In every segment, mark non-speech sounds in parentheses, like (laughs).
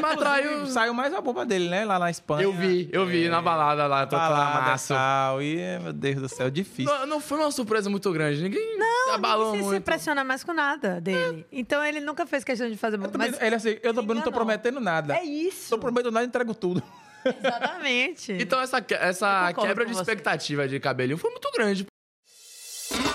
mas traiu. Saiu mais a boba dele, né? Lá na Espanha. Eu vi, eu vi na balada lá, tô lá, É. Balada, tá. massa. tal. E, meu Deus do céu, difícil. Não, não foi uma surpresa muito grande. Ninguém Tá abalou Não se, se muito. impressiona mais com nada dele. Então ele nunca fez questão de fazer Eu muito. também- Mas ele assim, eu também não tô enganou. prometendo nada. é isso. Não prometo nada, entrego tudo. (laughs) Exatamente. Então essa, que- essa Eu concordo quebra com de você. expectativa de cabelinho foi muito grande. pô.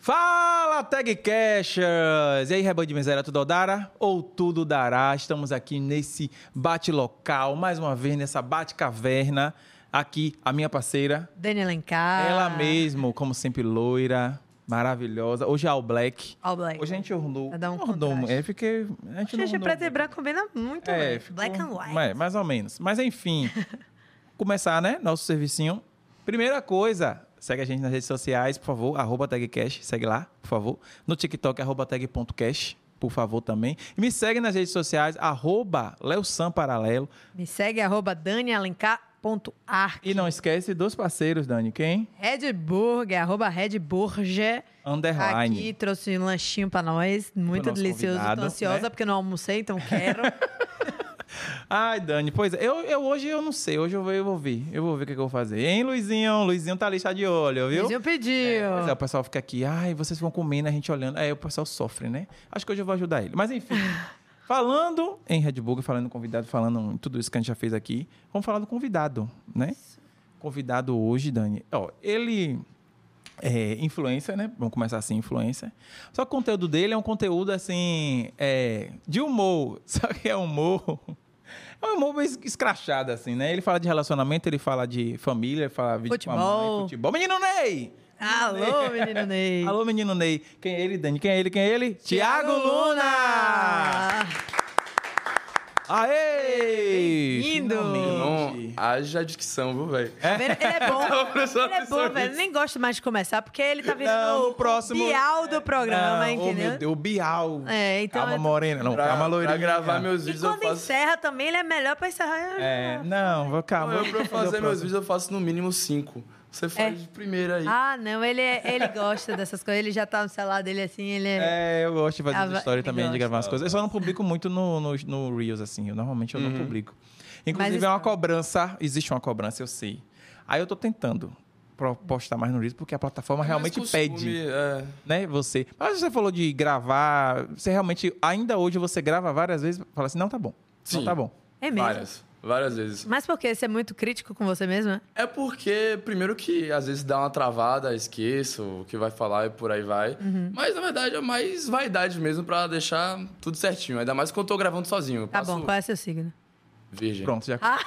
Fala, Tag Cashers! E aí, Rebelde Miséria, tudo dará ou tudo dará? Estamos aqui nesse bate-local, mais uma vez nessa bate-caverna. Aqui, a minha parceira, Dani Alencar. ela mesmo, como sempre, loira, maravilhosa. Hoje é All Black. All Black. Hoje a gente ornou. Pra dar um ornou, contraste. é, porque a gente não Gente, ornou preto e muito. branco combina muito. É, né? ficou- Black and white. É, mais ou menos. Mas (laughs) enfim, começar, né? Nosso servicinho. Primeira coisa, segue a gente nas redes sociais, por favor. Arroba tagcash, segue lá, por favor. No TikTok, arroba tag.cash, por favor, também. E me segue nas redes sociais, arroba Leosan Paralelo. Me segue, arroba danialencar.ar. E não esquece dos parceiros, Dani. Quem? Red Burger, arroba Red Burger. Aqui Underline. trouxe um lanchinho pra nós, muito nosso delicioso. convidado, Tô ansiosa né? porque não (laughs) almocei, então quero. Ai, Dani, pois é. Eu, eu hoje eu não sei. Hoje eu vou, eu vou ver. Eu vou ver o que, que eu vou fazer. Hein, Luizinho? Luizinho tá ali, está de olho, viu? Luizinho pediu. Pois é, o pessoal fica aqui, ai, vocês vão comendo, a gente olhando. Aí o pessoal sofre, né? Acho que hoje eu vou ajudar ele. Mas enfim, falando em Red Bull, falando em convidado, falando em tudo isso que a gente já fez aqui, vamos falar do convidado, né? Convidado hoje, Dani. Ó, ele é influencer, né? Vamos começar assim, influencer. Só que o conteúdo dele é um conteúdo, assim, é, de humor. (laughs) Só que é humor... É um humor meio es- escrachado, assim, né? Ele fala de relacionamento, ele fala de família, ele fala vídeo com a mãe, Futebol. futebol. Menino Ney! Alô, menino (laughs) Ney. Alô, menino Ney. Quem é ele, Dani? Quem é ele? Quem é ele? Tiago Luna! Aê! Bem-vindo! Não, Finalmente. haja discussão, viu, velho? Ele ele é bom. Ele é bom, velho. Nem... Nem gosto mais de começar, porque ele tá virando Não, o no próximo... bial do programa, Não, entendeu? Oh, meu Deus, o Bial. É, então Calma, eu tô- morena. Não, Pra, calma, é loirinha. pra gravar meus E vídeos, eu quando faço... encerra também, ele é melhor pra encerrar. É, não, vou- calma. Eu, pra eu fazer Eu meus vídeos, eu faço no mínimo cinco. Você faz de primeira aí. Ah, não, ele, é- ele gosta dessas coisas. Ele já tá no celular dele assim, ele é. É, eu gosto de fazer Ah, essa vai- história ele também, de gosta. gravar as coisas. Eu só não publico muito no, no, no Reels, assim. Eu, normalmente eu Uhum. não publico. Inclusive, Mas é uma está. cobrança. Existe uma cobrança, eu sei. Aí eu tô tentando pro- postar mais no Reels, porque a plataforma realmente Mas costume, pede. É. né, você. Mas você falou de gravar, você realmente, ainda hoje você grava várias vezes, fala assim, não tá bom, não Sim. tá bom. É, mesmo. Várias, várias vezes. Mas por quê? Você é muito crítico com você mesmo? né? É porque, primeiro que às vezes dá uma travada, esqueço o que vai falar e por aí vai. Uhum. Mas na verdade é mais vaidade mesmo pra deixar tudo certinho. Ainda mais quando eu tô gravando sozinho. Eu Tá passo bom, qual é seu signo? virgem. Pronto, já... Ah.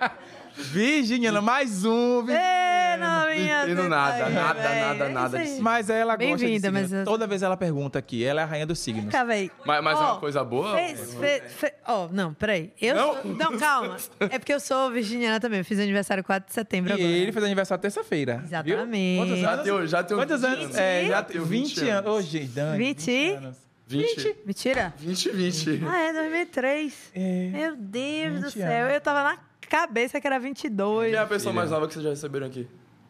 (laughs) Virginiana, mais um, Vir- Ê, novinha! entendo você nada, aí, nada, véi. nada, É isso nada de aí. signo. Mas ela gosta de Bem-vinda, signos. mas eu- Toda vez ela pergunta aqui, ela é a rainha dos signos. Cá, véi. Mas, mas é Ó, uma coisa boa? Fez, fez, fe- Ó, não, peraí. Eu Não? sou- não, calma. É porque eu sou virginiana também. Eu fiz aniversário 4 de E setembro agora. ele fez aniversário terça-feira. viu? né? Exatamente. Quantos anos? Já tenho- já tenho Quantos 20 anos? anos. É, já Já tenho tenho 20, 20 anos. Hoje, Dani. 20? 20 anos. 20. Mentira? 20, 20. Ah, é 2003. É. Meu Deus do 20 céu. anos. Eu tava na cabeça que era 22. Quem é a pessoa mais nova que vocês já receberam aqui?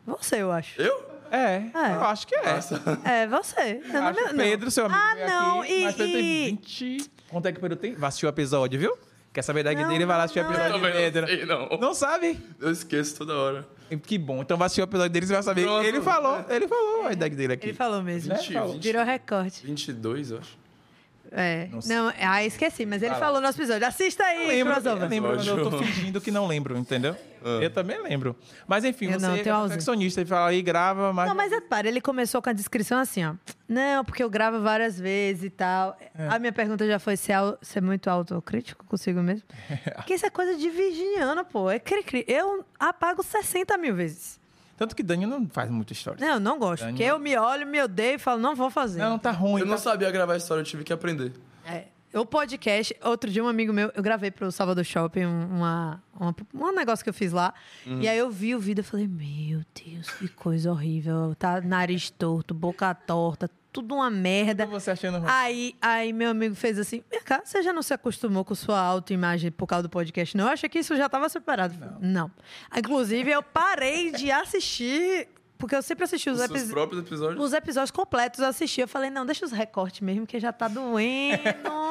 Você, eu acho. Eu? É, É. eu acho que é. Nossa. É, você. Eu não Acho me- que não. Pedro, seu amigo, Ah, veio não. aqui, e, mas Pedro tem e- 20... Quanto é que Pedro tem? Vai assistir o episódio, viu? Quer saber da idade Não, dele? Vai lá assistir o não, episódio de Também Pedro. não sei, não. Não sabe? Eu esqueço toda hora. Que bom. Então vai assistir o episódio dele, você vai saber. Pronto. Ele falou, ele falou a idade dele aqui. É. Ele falou mesmo. Né? 20, Falou. 20, Virou recorde. 22, eu acho. É. Não sei. Não, ah, esqueci, mas ele Ah, lá. falou no nosso episódio. Assista Eu aí, lembro, eu crossover. lembro, mas eu tô Ótimo. Ah. fingindo que não lembro, entendeu? Eu também lembro. Mas enfim, Eu você não, é tenho ausência. perfeccionista, ele fala aí, grava, mas... Não, mas repara, ele começou com a descrição assim, ó. Não, porque eu gravo várias vezes e tal. A minha pergunta já foi ser, au- ser muito autocrítico consigo (laughs) mesmo. Porque isso é coisa de virginiano, pô. É cri-cri. Eu apago 60 mil vezes. Tanto que Dani não faz muita história. Não, eu não gosto. Porque eu me olho, me odeio e falo, não vou fazer. Não, tá ruim. Eu não tá- sabia gravar história, eu tive que aprender. É, O podcast, outro dia um amigo meu, eu gravei pro Salvador Shopping um- uma, uma- um negócio que eu fiz lá. E aí eu vi o vídeo e falei, meu Deus, que coisa horrível. Tá nariz torto, boca torta, tudo uma merda. Você achando ruim? Aí, aí meu amigo fez assim: Vem cá, você já não se acostumou com sua autoimagem por causa do podcast, não? Eu achei que isso já estava separado. Não. Inclusive, eu parei de assistir, porque eu sempre assisti os, Os epi- seus próprios episódios. os episódios completos, eu assisti. Eu falei, não, deixa os recortes mesmo, que já (laughs) tá doendo.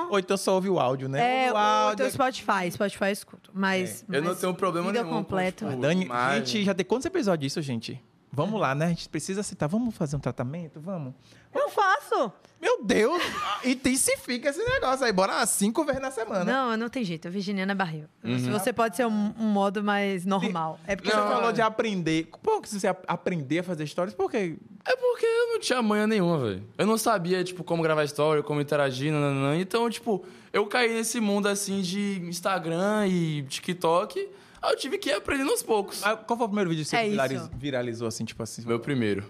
Ou então só ouve o áudio, né? é, Ouve o o teu áudio. Spotify, Spotify eu escuto. Mas. É, Eu não mas tenho problema vídeo nenhum com completo. Spotify. Dani, Imagem. gente, já tem quantos episódios disso, gente? Vamos lá, né? A gente precisa citar. Vamos fazer um tratamento? Vamos. Eu faço! Meu Deus! Intensifica esse negócio aí. Bora cinco vezes na Né? semana. Não, não tem jeito. A Virginiana é barril. Se você pode ser um, um modo mais normal. É Porque porque Uhum. Não, você falou é. de aprender. Por que você ap- aprender a fazer stories? Por quê? É porque eu não tinha manha nenhuma, velho. Eu não sabia, tipo, como gravar história, como interagir, nananã. Então, tipo, eu caí nesse mundo, assim, de Instagram e TikTok. Aí eu tive que ir aprendendo aos poucos. Ah, Qual foi o primeiro vídeo que você É viraliz- isso. viralizou assim, tipo assim? Meu primeiro.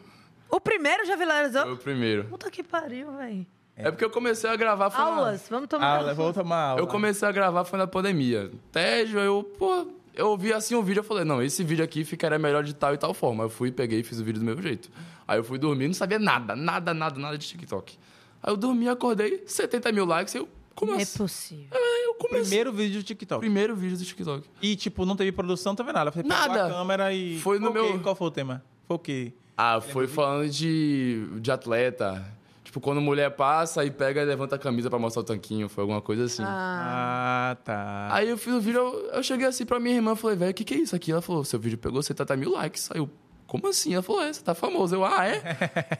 O primeiro já viralizou. Meu primeiro. Puta que pariu, velho. É porque eu comecei a gravar... foi na- Aulas, vamos tomar Aula, Ah, vou tomar aula. Eu comecei a gravar foi na pandemia. Tédio, aí eu, pô, eu ouvi assim um vídeo, eu falei, não, esse vídeo aqui ficaria melhor de tal e tal forma. Eu fui, peguei e fiz o vídeo do meu jeito. Aí eu fui dormir, não sabia nada, nada, nada, nada de TikTok. Aí eu dormi, acordei, 70 mil likes, eu, como Não é assim? possível. Aí eu comecei. Primeiro... Primeiro vídeo do TikTok. primeiro vídeo do TikTok. E, tipo, não teve produção, não teve nada. Foi Nada. a câmera e. Foi no o quê? meu- Qual foi o tema? Foi o quê? Ah, foi falando de, de atleta. Tipo, quando mulher passa e pega e levanta a camisa pra mostrar o tanquinho, foi alguma coisa assim. Ah, Ah, tá. Aí eu fiz o vídeo, eu, eu cheguei assim pra minha irmã, falei, velho, o que, que é isso aqui? Ela falou, seu vídeo pegou 70 mil likes. Aí eu, como assim? Ela falou, é, você tá famoso. Eu, ah, (laughs) é?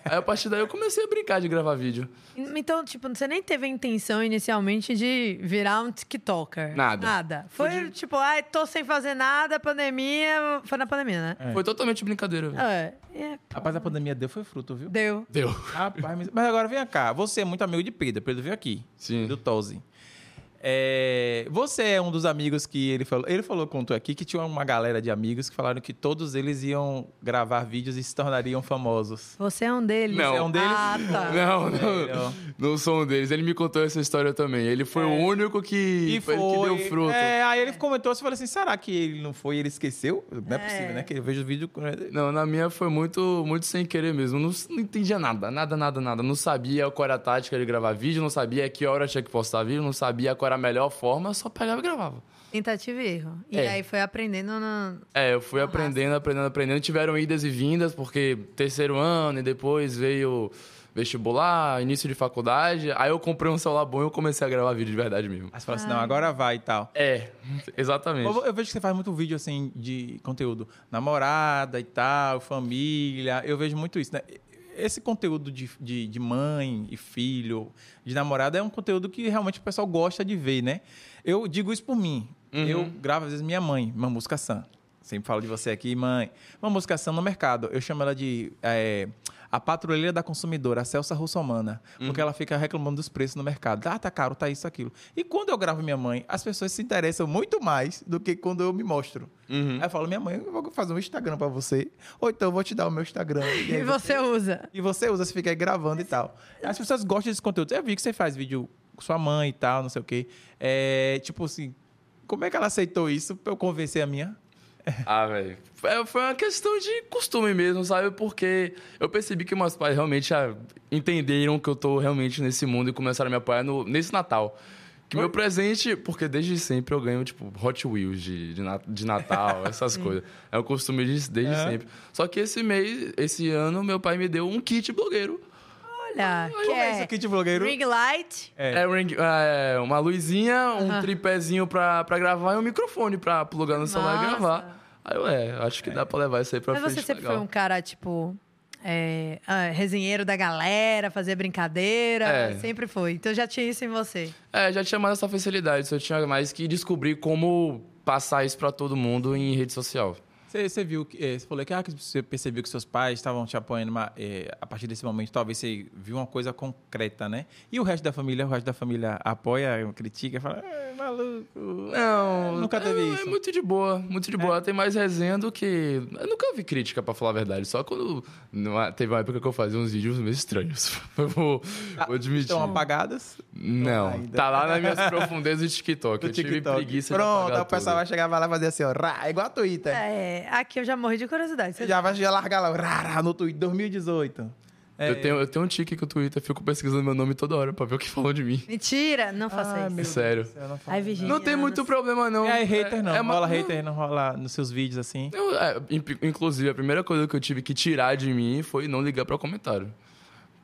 Aí a partir daí eu comecei a brincar de gravar vídeo. então, tipo, você nem teve a intenção inicialmente de virar um TikToker. Nada. Nada. Foi, tipo, ai, tô sem fazer nada, pandemia. Foi na pandemia, É. né? Foi totalmente brincadeira. velho. É. é, pô, Rapaz, a pandemia deu foi fruto, viu? Deu. Deu. Rapaz, mas- mas agora vem cá. Você é muito amigo de Pedro. Pedro veio aqui. Sim. Do Tolzi. É, você é um dos amigos que ele falou. Ele falou, contou aqui, que tinha uma galera de amigos que falaram que todos eles iam gravar vídeos e se tornariam famosos. Você é um deles. Não. Você é um deles? Ah, (laughs) tá. Não, Melhor. não. Não sou um deles. Ele me contou essa história também. Ele foi o único que, E foi. que deu fruto. É, aí ele comentou, você falou assim, será que ele não foi e ele esqueceu? Não é, É. possível, né? Que eu vejo o vídeo... Não, na minha foi muito, muito sem querer mesmo. Não, não entendia nada, nada, nada, nada. Não sabia qual era a tática de gravar vídeo, não sabia que hora tinha que postar vídeo, não sabia qual era a melhor forma, só pegava e gravava. Tentativa e erro. E É. aí foi aprendendo no. É, eu fui aprendendo, aprendendo, aprendendo. Tiveram idas e vindas, porque terceiro ano e depois veio vestibular, início de faculdade. Aí eu comprei um celular bom e eu comecei a gravar vídeo de verdade mesmo. Aí você fala assim, não, agora vai e tal. É, (laughs) exatamente. Eu, eu vejo que você faz muito vídeo assim de conteúdo namorada e tal, família. Eu vejo muito isso, né? Esse conteúdo de, de, de mãe e filho, de namorada, é um conteúdo que realmente o pessoal gosta de ver, né? Eu digo isso por mim. Eu gravo, às vezes, minha mãe, uma música sã. Sempre falo de você aqui, mãe. Uma música sã no mercado. Eu chamo ela de é, a patrulheira da consumidora, a Celsa Russomana. Porque Uhum. ela fica reclamando dos preços no mercado. Ah, tá caro, tá isso, aquilo. E quando eu gravo minha mãe, as pessoas se interessam muito mais do que quando eu me mostro. Uhum. Aí eu falo, minha mãe, eu vou fazer um Instagram pra você. Ou então eu vou te dar o meu Instagram. E, (laughs) E aí você usa. e você usa, você fica aí gravando e tal. As pessoas gostam desse conteúdo. Eu vi que você faz vídeo com sua mãe e tal, não sei o quê. É, tipo assim, como é que ela aceitou isso pra eu convencer a minha? Ah, velho. É, Foi uma questão de costume mesmo, sabe? Porque eu percebi que meus pais realmente ah, entenderam que eu tô realmente nesse mundo e começaram a me apoiar no- nesse Natal. Que Hum. meu presente, porque desde sempre eu ganho, tipo, Hot Wheels de, de, na- de (laughs) Natal, essas coisas. É um costume de- desde É. sempre. Só que esse mês, esse ano, meu pai me deu um kit blogueiro. Olha, que Como é isso é. aqui de blogueiro? Ring light. É, ring- é, uma luzinha, um tripézinho pra, pra gravar e um microfone pra plugar no celular e Massa. gravar. Aí eu, é, acho que dá pra levar isso aí pra Mas frente. você sempre legal. foi um cara, tipo, é, ah, resenheiro da galera, fazia brincadeira, É. sempre foi. Então já tinha isso em você. É, já tinha mais essa facilidade, só tinha mais que descobrir como passar isso pra todo mundo em rede social. Você, você viu que é, você falou que, ah, que você percebeu que seus pais estavam te apoiando mas, é, a partir desse momento, talvez você viu uma coisa concreta, né? E o resto da família, o resto da família apoia, critica, fala, é, maluco. Não, Nunca teve é, isso. É. É muito de boa, muito de boa. Tem mais resenha do que. Eu nunca ouvi crítica, pra falar a verdade. Só quando. numa- Teve uma época que eu fazia uns vídeos meio estranhos. (laughs) Eu vou, Ah, vou admitir. Estão apagadas. Não, então, ainda. tá lá nas (laughs) minhas profundezas de TikTok. Eu tive preguiça de Pronto, apagar a pessoa vai tudo. chegar, vai lá fazer assim, ó, rá, igual a Twitter. É, aqui eu já morri de curiosidade. Você Você já vai já largar lá, rá, rá, no Twitter, 2018. É, Eu, tenho, eu tenho um tique com o Twitter, fico pesquisando meu nome toda hora pra ver o que (laughs) falam de mim. Mentira, não faça ah, isso. meu sério. Deus do céu, não fala Ai, não. Virgínia. Não tem muito problema, não. E aí, hater não, É ma- rola hater, não rola nos seus vídeos assim. Eu, é, imp- inclusive, a primeira coisa que eu tive que tirar de mim foi não ligar pra comentário.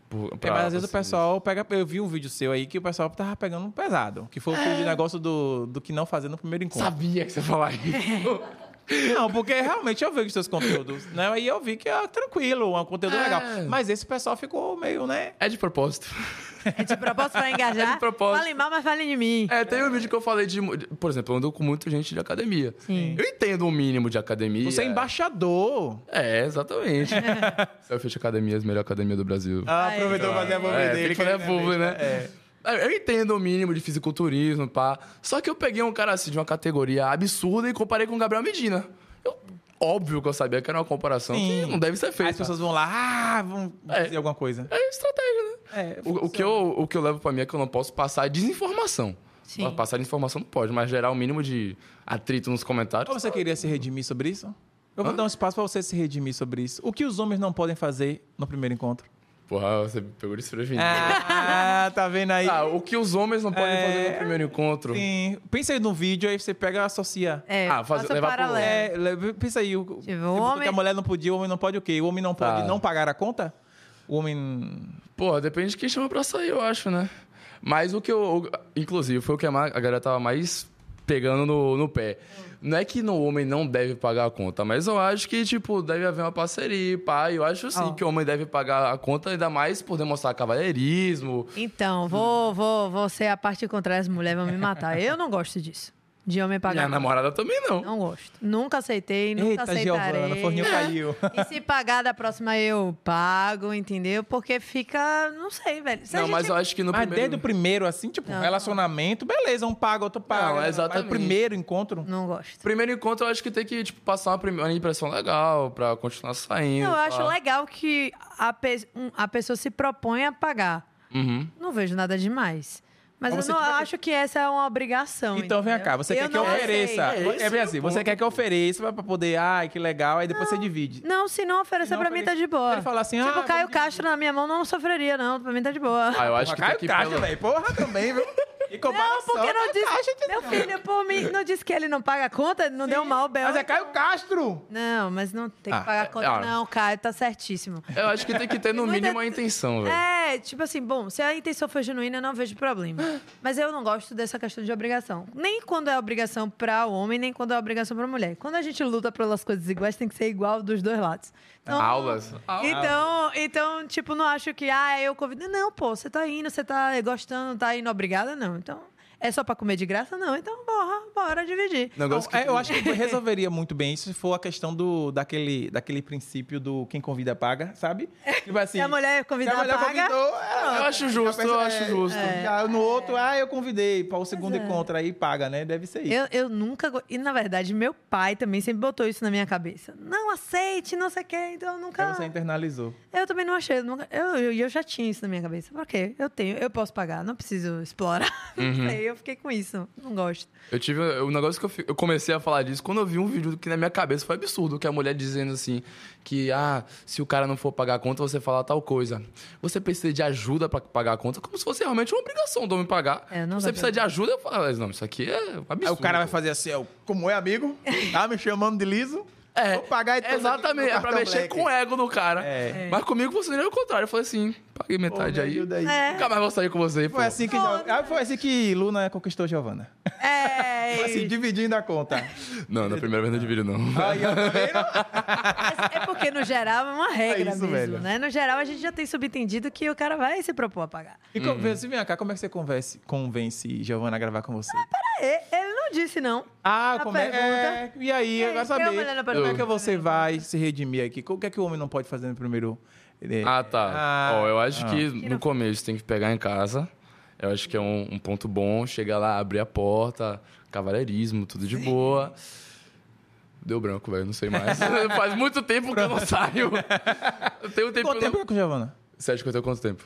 Por- É, pra- assim, mas às vezes o pra- pessoal pega. Eu vi um vídeo seu aí que o pessoal tava pegando um pesado. Que foi o É. negócio do, do que não fazer no primeiro encontro. Sabia que você ia falar (laughs) isso. Não, porque realmente eu vejo os seus conteúdos, né? Aí eu vi que é tranquilo, é um conteúdo É. legal. Mas esse pessoal ficou meio, né? É de propósito. É de propósito (laughs) pra É engajar. de propósito. Falem mal, mas falem de mim. É, tem um vídeo que eu falei de. mu- de- Por exemplo, eu ando com muita gente de academia. Eu entendo o mínimo de academia. Você é embaixador. É, (laughs) exatamente. Selfish Academia, é a melhor academia do Brasil. Ah, Ah, é. aproveitou pra fazer a bobo é, dele. tem que fazer a né, publi, bicho? né? É. Eu entendo o mínimo de fisiculturismo, pá. Só que eu peguei um cara assim de uma categoria absurda e comparei com o Gabriel Medina. Eu, óbvio que eu sabia que era uma comparação Sim. que não deve ser Aí feita. as pessoas vão lá, ah, vão É. dizer alguma coisa. É estratégia, né? É, O, o que eu, o que eu levo pra mim é que eu não posso passar desinformação. Sim. Passar desinformação não pode, mas gerar o mínimo de atrito nos comentários. Ou você queria se redimir sobre isso? Eu vou dar um espaço pra você se redimir sobre isso. O que os homens não podem fazer no primeiro encontro? Porra, você me pegou desprevenido. Ah, tá vendo aí? Ah, o que os homens não podem É. fazer no primeiro encontro. Sim. Pensa aí no vídeo, aí você pega e associa. É, Ah, faz- faça um levar pro- paralelo. É, le- pensa aí. O, tipo, o homem- Que a mulher não podia, o homem não pode o quê? O homem não pode Tá. não pagar a conta? O homem. Porra, depende de quem chama pra sair, eu acho, né? Mas o que eu. Inclusive, foi o que a ma- a galera tava mais pegando no, no pé. Não é que no homem não deve pagar a conta, mas eu acho que, tipo, deve haver uma parceria, pá. Eu acho sim Ó. que o homem deve pagar a conta, ainda mais por demonstrar cavalheirismo. É. Então, vou, vou, vou ser a parte contrária, as mulheres vão me matar. Eu não gosto disso. De homem pagar. Minha conta. namorada também não. Não gosto. Nunca aceitei, nunca Eita, aceitarei. Giovana, forninho caiu. E se pagar da próxima, eu pago, entendeu? Porque fica. Não sei, velho. Se a Não, gente- mas eu acho que (laughs) no Mas primeiro. desde o primeiro, assim, tipo, Não. relacionamento, beleza, um paga, outro paga. Não, Mas exatamente. o primeiro encontro. Não gosto. Primeiro encontro, eu acho que tem que, tipo, passar uma, prime- uma impressão legal pra continuar saindo. Eu pá. acho legal que a, pe- um- a pessoa se propõe a pagar. Uhum. Não vejo nada demais. Mas Mas eu você não tiver que- acho que essa é uma obrigação. Então vem entendeu? cá, você quer que eu não ofereça. aceito. aceito. É esse É bem meu assim, você ponto, quer que eu ofereça pra poder, ai, que legal, aí depois você divide. Não, se não oferecer, Não pra mim tá oferece. de boa. Ele fala assim, tipo, ah, Caio vamos Castro na minha mão não sofreria, não. Pra mim tá de boa. Ah, eu acho Porra, que tem Caio que Caixa, pelo- velho, porra, também, viu? E (laughs) não, comparação, porque não Caio Castro, disse. Meu filho, por mim, não disse que ele não paga a conta, não deu mal, Bel. então. Mas é Caio Castro! Não, mas não tem que Ah, pagar a conta, ah. não, Caio, tá certíssimo. Eu acho que tem que ter, no Muita- mínimo, a intenção, velho. É, tipo assim, bom, se a intenção for genuína, eu não (gasps) vejo problema. Mas eu não gosto dessa questão de obrigação. Nem quando é obrigação pra homem, nem quando é obrigação pra mulher. Quando a gente luta pelas coisas iguais, tem que ser igual dos dois lados. Ah, Então, Aulas. Então, então, tipo, não acho que, ah, eu convido. Não, pô, você tá indo, você tá gostando, tá indo obrigada, não. Então, é só pra comer de graça? Não. Então, bora, bora dividir. Negócio Não, que- é, eu acho que resolveria muito bem isso se for a questão do, daquele, daquele princípio do quem convida paga, sabe? Tipo assim. Se a mulher se a convidar, mulher paga. convidou, ela- Eu acho justo, a pessoa- eu acho é, justo. já no outro, ah, eu convidei. Para o segundo encontro aí paga, né? Deve ser isso. Eu, eu nunca. go- E na verdade, meu pai também sempre botou isso na minha cabeça. Não aceite, não sei o quê. Então eu Aí nunca. você internalizou. Eu também não achei. Eu, nunca- eu, eu- eu já tinha isso na minha cabeça. Por quê? Eu tenho, eu posso pagar, não preciso explorar. (laughs) Não sei, eu fiquei com isso. Não gosto. Eu tive o negócio que eu, fi- eu comecei a falar disso quando eu vi um vídeo que na minha cabeça foi absurdo, que a mulher dizendo assim que ah, se o cara não for pagar a conta, você fala tal coisa. Você precisa de ajuda pra pagar a conta, como se fosse realmente uma obrigação do homem pagar. É, não Se você vai precisa de ajuda, eu falo, "Ah, não, isso aqui é um absurdo. Aí o cara vai fazer assim, ó, como é amigo, tá me chamando de liso, É, vou pagar e tudo aqui exatamente, no é pra cartão mexer black. com o ego do cara. É. Mas comigo funcionou o contrário. Eu falei assim, paguei Pô, metade me aí. ajuda aí. É. assim. Nunca mais vou sair com você. pô. Foi assim que, Jo- ah, foi assim que Luna conquistou Giovana. É, (laughs) Mas- Assim, dividindo (laughs) a conta. Não, na primeira vez não dividi, não. Aí, ó, tá vendo? Mas é porque, no geral, é uma regra isso, mesmo, velho. né? No geral, a gente já tem subentendido que o cara vai se propor a pagar. E como- vem- vem cá, como é que você converse, convence Giovana a gravar com você? É, ele não disse, não. Ah, a como é? é? pergunta. E aí, E aí, agora quem é a saber. mulher na Uhum. Como é que pergunta? você vai se redimir aqui? O que é que o homem não pode fazer no primeiro. é, Ah, tá. Ah, Ó, eu acho ah. que no começo tem que pegar em casa. Eu acho que é um, um ponto bom. Chegar lá, abrir a porta, cavaleirismo, tudo de boa. Deu branco, velho, não sei (laughs) mais. (laughs) Faz muito tempo que eu não saio. Eu tenho um tempo. Quanto que eu tempo não- é com Giovana? Você acha que eu tenho quanto tempo?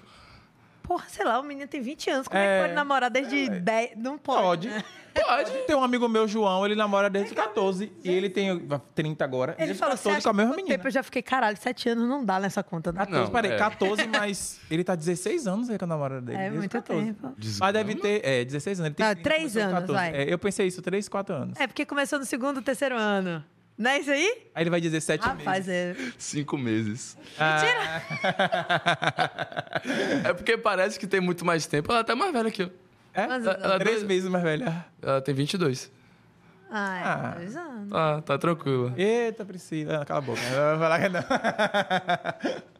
Porra, sei lá, o menino tem 20 anos. Como é, É. que pode namorar desde 10? Não pode. Pode. (laughs) né? Pode. Tem um amigo meu, João, ele namora desde 14. E ele tem 30 agora. tá Ele desde falou, você 14 tá acha com a mesma que quanto menina. Ah, tempo eu já fiquei, caralho, 7 anos não dá nessa conta. Não. 14, Não, peraí, é. 14, mas ele tá 16 anos aí com a namorada dele. É desde muito 14. tempo. Mas deve ter, é, 16 anos. Ele tem Não, filho, três começou com anos, vai. É, eu pensei isso, 3, 4 anos. É porque começou no segundo, terceiro ano. Não é isso aí? Aí ele vai 17 Rapaz, meses. é. Cinco meses. Mentira! É porque parece que tem muito mais tempo. Ela é até mais velha que eu. É? Mas- Ela, ela, 3 tem- meses mais velha. ela tem 22. Ai, Ah. dois anos. Tá, tá tranquila. Eita, Priscila. Ah, Cala a boca. Ela vai falar que não. Tá bom. (laughs)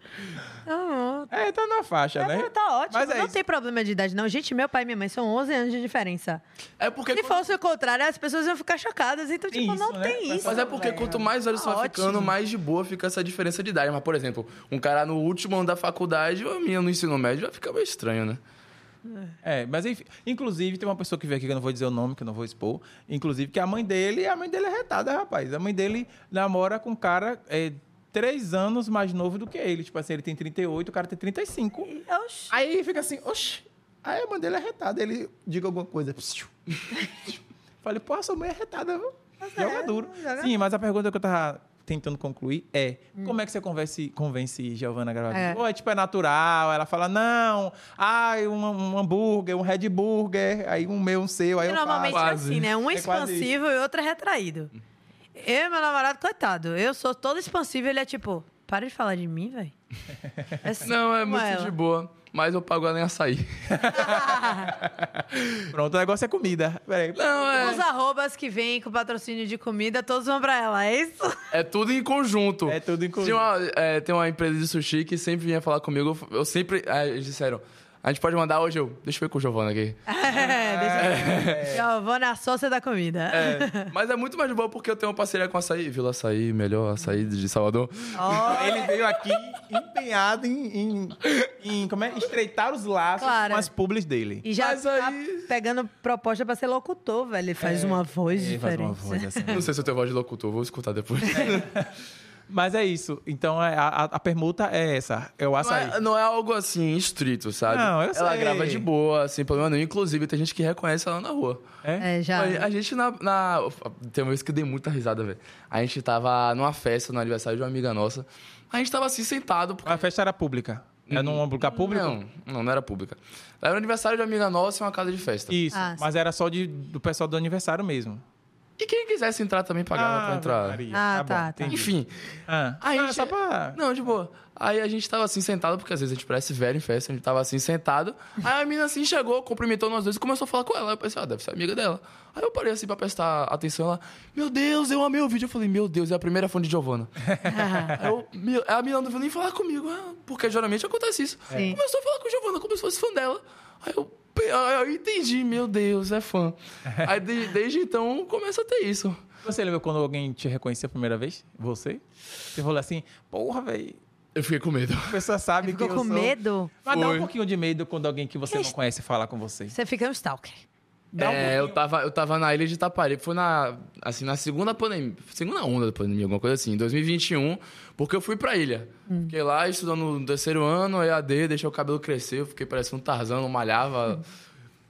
É, tá na faixa, né? Tá- Tá ótimo, Mas é não isso. tem problema de idade, não. Gente, meu pai e minha mãe são 11 anos de diferença. É porque. Se quando- fosse o contrário, as pessoas iam ficar chocadas. Então, Tem tipo, não isso, né? tem Mas isso. Mas é porque velho. quanto mais velho você Tá vai ficando, ótimo. mais de boa fica essa diferença de idade. Mas, por exemplo, um cara no último ano da faculdade ou a minha no ensino médio vai ficar meio estranho, né? É, mas enfim. Inclusive, tem uma pessoa que veio aqui, que eu não vou dizer o nome, que eu não vou expor. Inclusive, que a mãe dele, a mãe dele é retada, rapaz. A mãe dele namora com um cara é, três anos mais novo do que ele. Tipo assim, ele tem 38, o cara tem 35. Oxi. Aí fica assim, oxi. Aí a mãe dele é retada, ele diga alguma coisa. (laughs) psiu. Falei, pô, a sua mãe é retada, viu? Joga duro. é, joga- Sim, mas a pergunta que eu tava tentando concluir é: como é que você converse, convence Giovana a gravar? É. Ou é tipo, é natural? Ela fala, não, ai, um, um hambúrguer, um Red Burger, aí um meu, um seu, aí E eu normalmente faço. é assim, né? Um É quase isso. expansivo e outro é retraído. Eu e meu namorado, coitado, eu sou todo expansivo ele é tipo, para de falar de mim, velho. Não, é como muito ela. de boa. Mas eu pago ela em açaí. Pronto, o negócio é comida. Peraí. Não, Os é. arrobas que vêm com patrocínio de comida, todos vão pra ela, é isso? (laughs) É tudo em conjunto. É tudo em conjunto. Tinha uma- é, tem uma empresa de sushi que sempre vinha falar comigo. Eu, eu sempre. é, eles disseram. A gente pode mandar hoje eu. Deixa eu ver com o Giovana aqui. É, deixa eu... Giovana, a sócia da comida. É, (laughs) mas é muito mais de boa porque eu tenho uma parceria com açaí. Vila Açaí, melhor açaí de Salvador. (laughs) Ó, Ele veio aqui empenhado em, em- em, como é? estreitar os laços Claro. com as publis dele. e já Mas tá aí- pegando proposta pra ser locutor, velho. Ele faz uma voz Ele faz diferente. uma voz assim. Não sei se eu tenho voz de locutor, vou escutar depois. Mas é isso. Então é, a, a- a permuta é essa. É o Não açaí. é, não é algo assim, estrito, sabe? Não, eu Ela sei. grava de boa, sem problema nenhum. Inclusive, tem gente que reconhece ela na rua. É? É, já. (laughs) A, a gente na, na- Tem uma vez que eu dei muita risada, velho. A gente tava numa festa no aniversário de uma amiga nossa. A gente tava assim sentado. porque- A festa era pública. Era num lugar público? Hum. Não, não, não era pública. Era o aniversário de uma amiga nossa e uma casa de festa. E, Isso. Ah, mas era só de, do pessoal do aniversário mesmo. quem quisesse entrar também pagava pra entrar. Maria. Ah, bom, tá, tá. entendi. Enfim. Ah, Aí Ah, che- só pra... Não, de boa. Aí a gente tava assim sentado, porque às vezes a gente parece velho em festa, a gente tava assim sentado. Aí a mina assim chegou, cumprimentou nós dois e começou a falar com ela. Eu pensei, ah, deve ser amiga dela. Aí eu parei assim pra prestar atenção. Ela, meu Deus, eu amei o vídeo. Eu falei, meu Deus, é a primeira fã de Giovanna. Aí eu, "Meu", é a mina não veio nem falar comigo, ah, porque geralmente acontece isso. Sim. Começou a falar com Giovanna como se fosse fã dela. Aí eu, pe- aí eu entendi, meu Deus, é fã. Aí de- desde então começa a ter isso. Você lembra quando alguém te reconhecia a primeira vez? Você? Você falou assim, porra, velho, Eu fiquei com medo. a pessoa sabe que Ficou eu com sou... medo? Mas dá um Foi. pouquinho de medo quando alguém que você Que não est- conhece falar com você. Você fica um stalker. Dá um é, pouquinho. eu tava, eu tava na ilha de Itaparica, foi na, assim, na segunda pandemia, segunda onda da pandemia, alguma coisa assim, em 2021, porque eu fui pra ilha. Hum. Fiquei lá estudando no terceiro ano, EAD, deixei o cabelo crescer, eu fiquei parecendo um Tarzan, não malhava, Hum.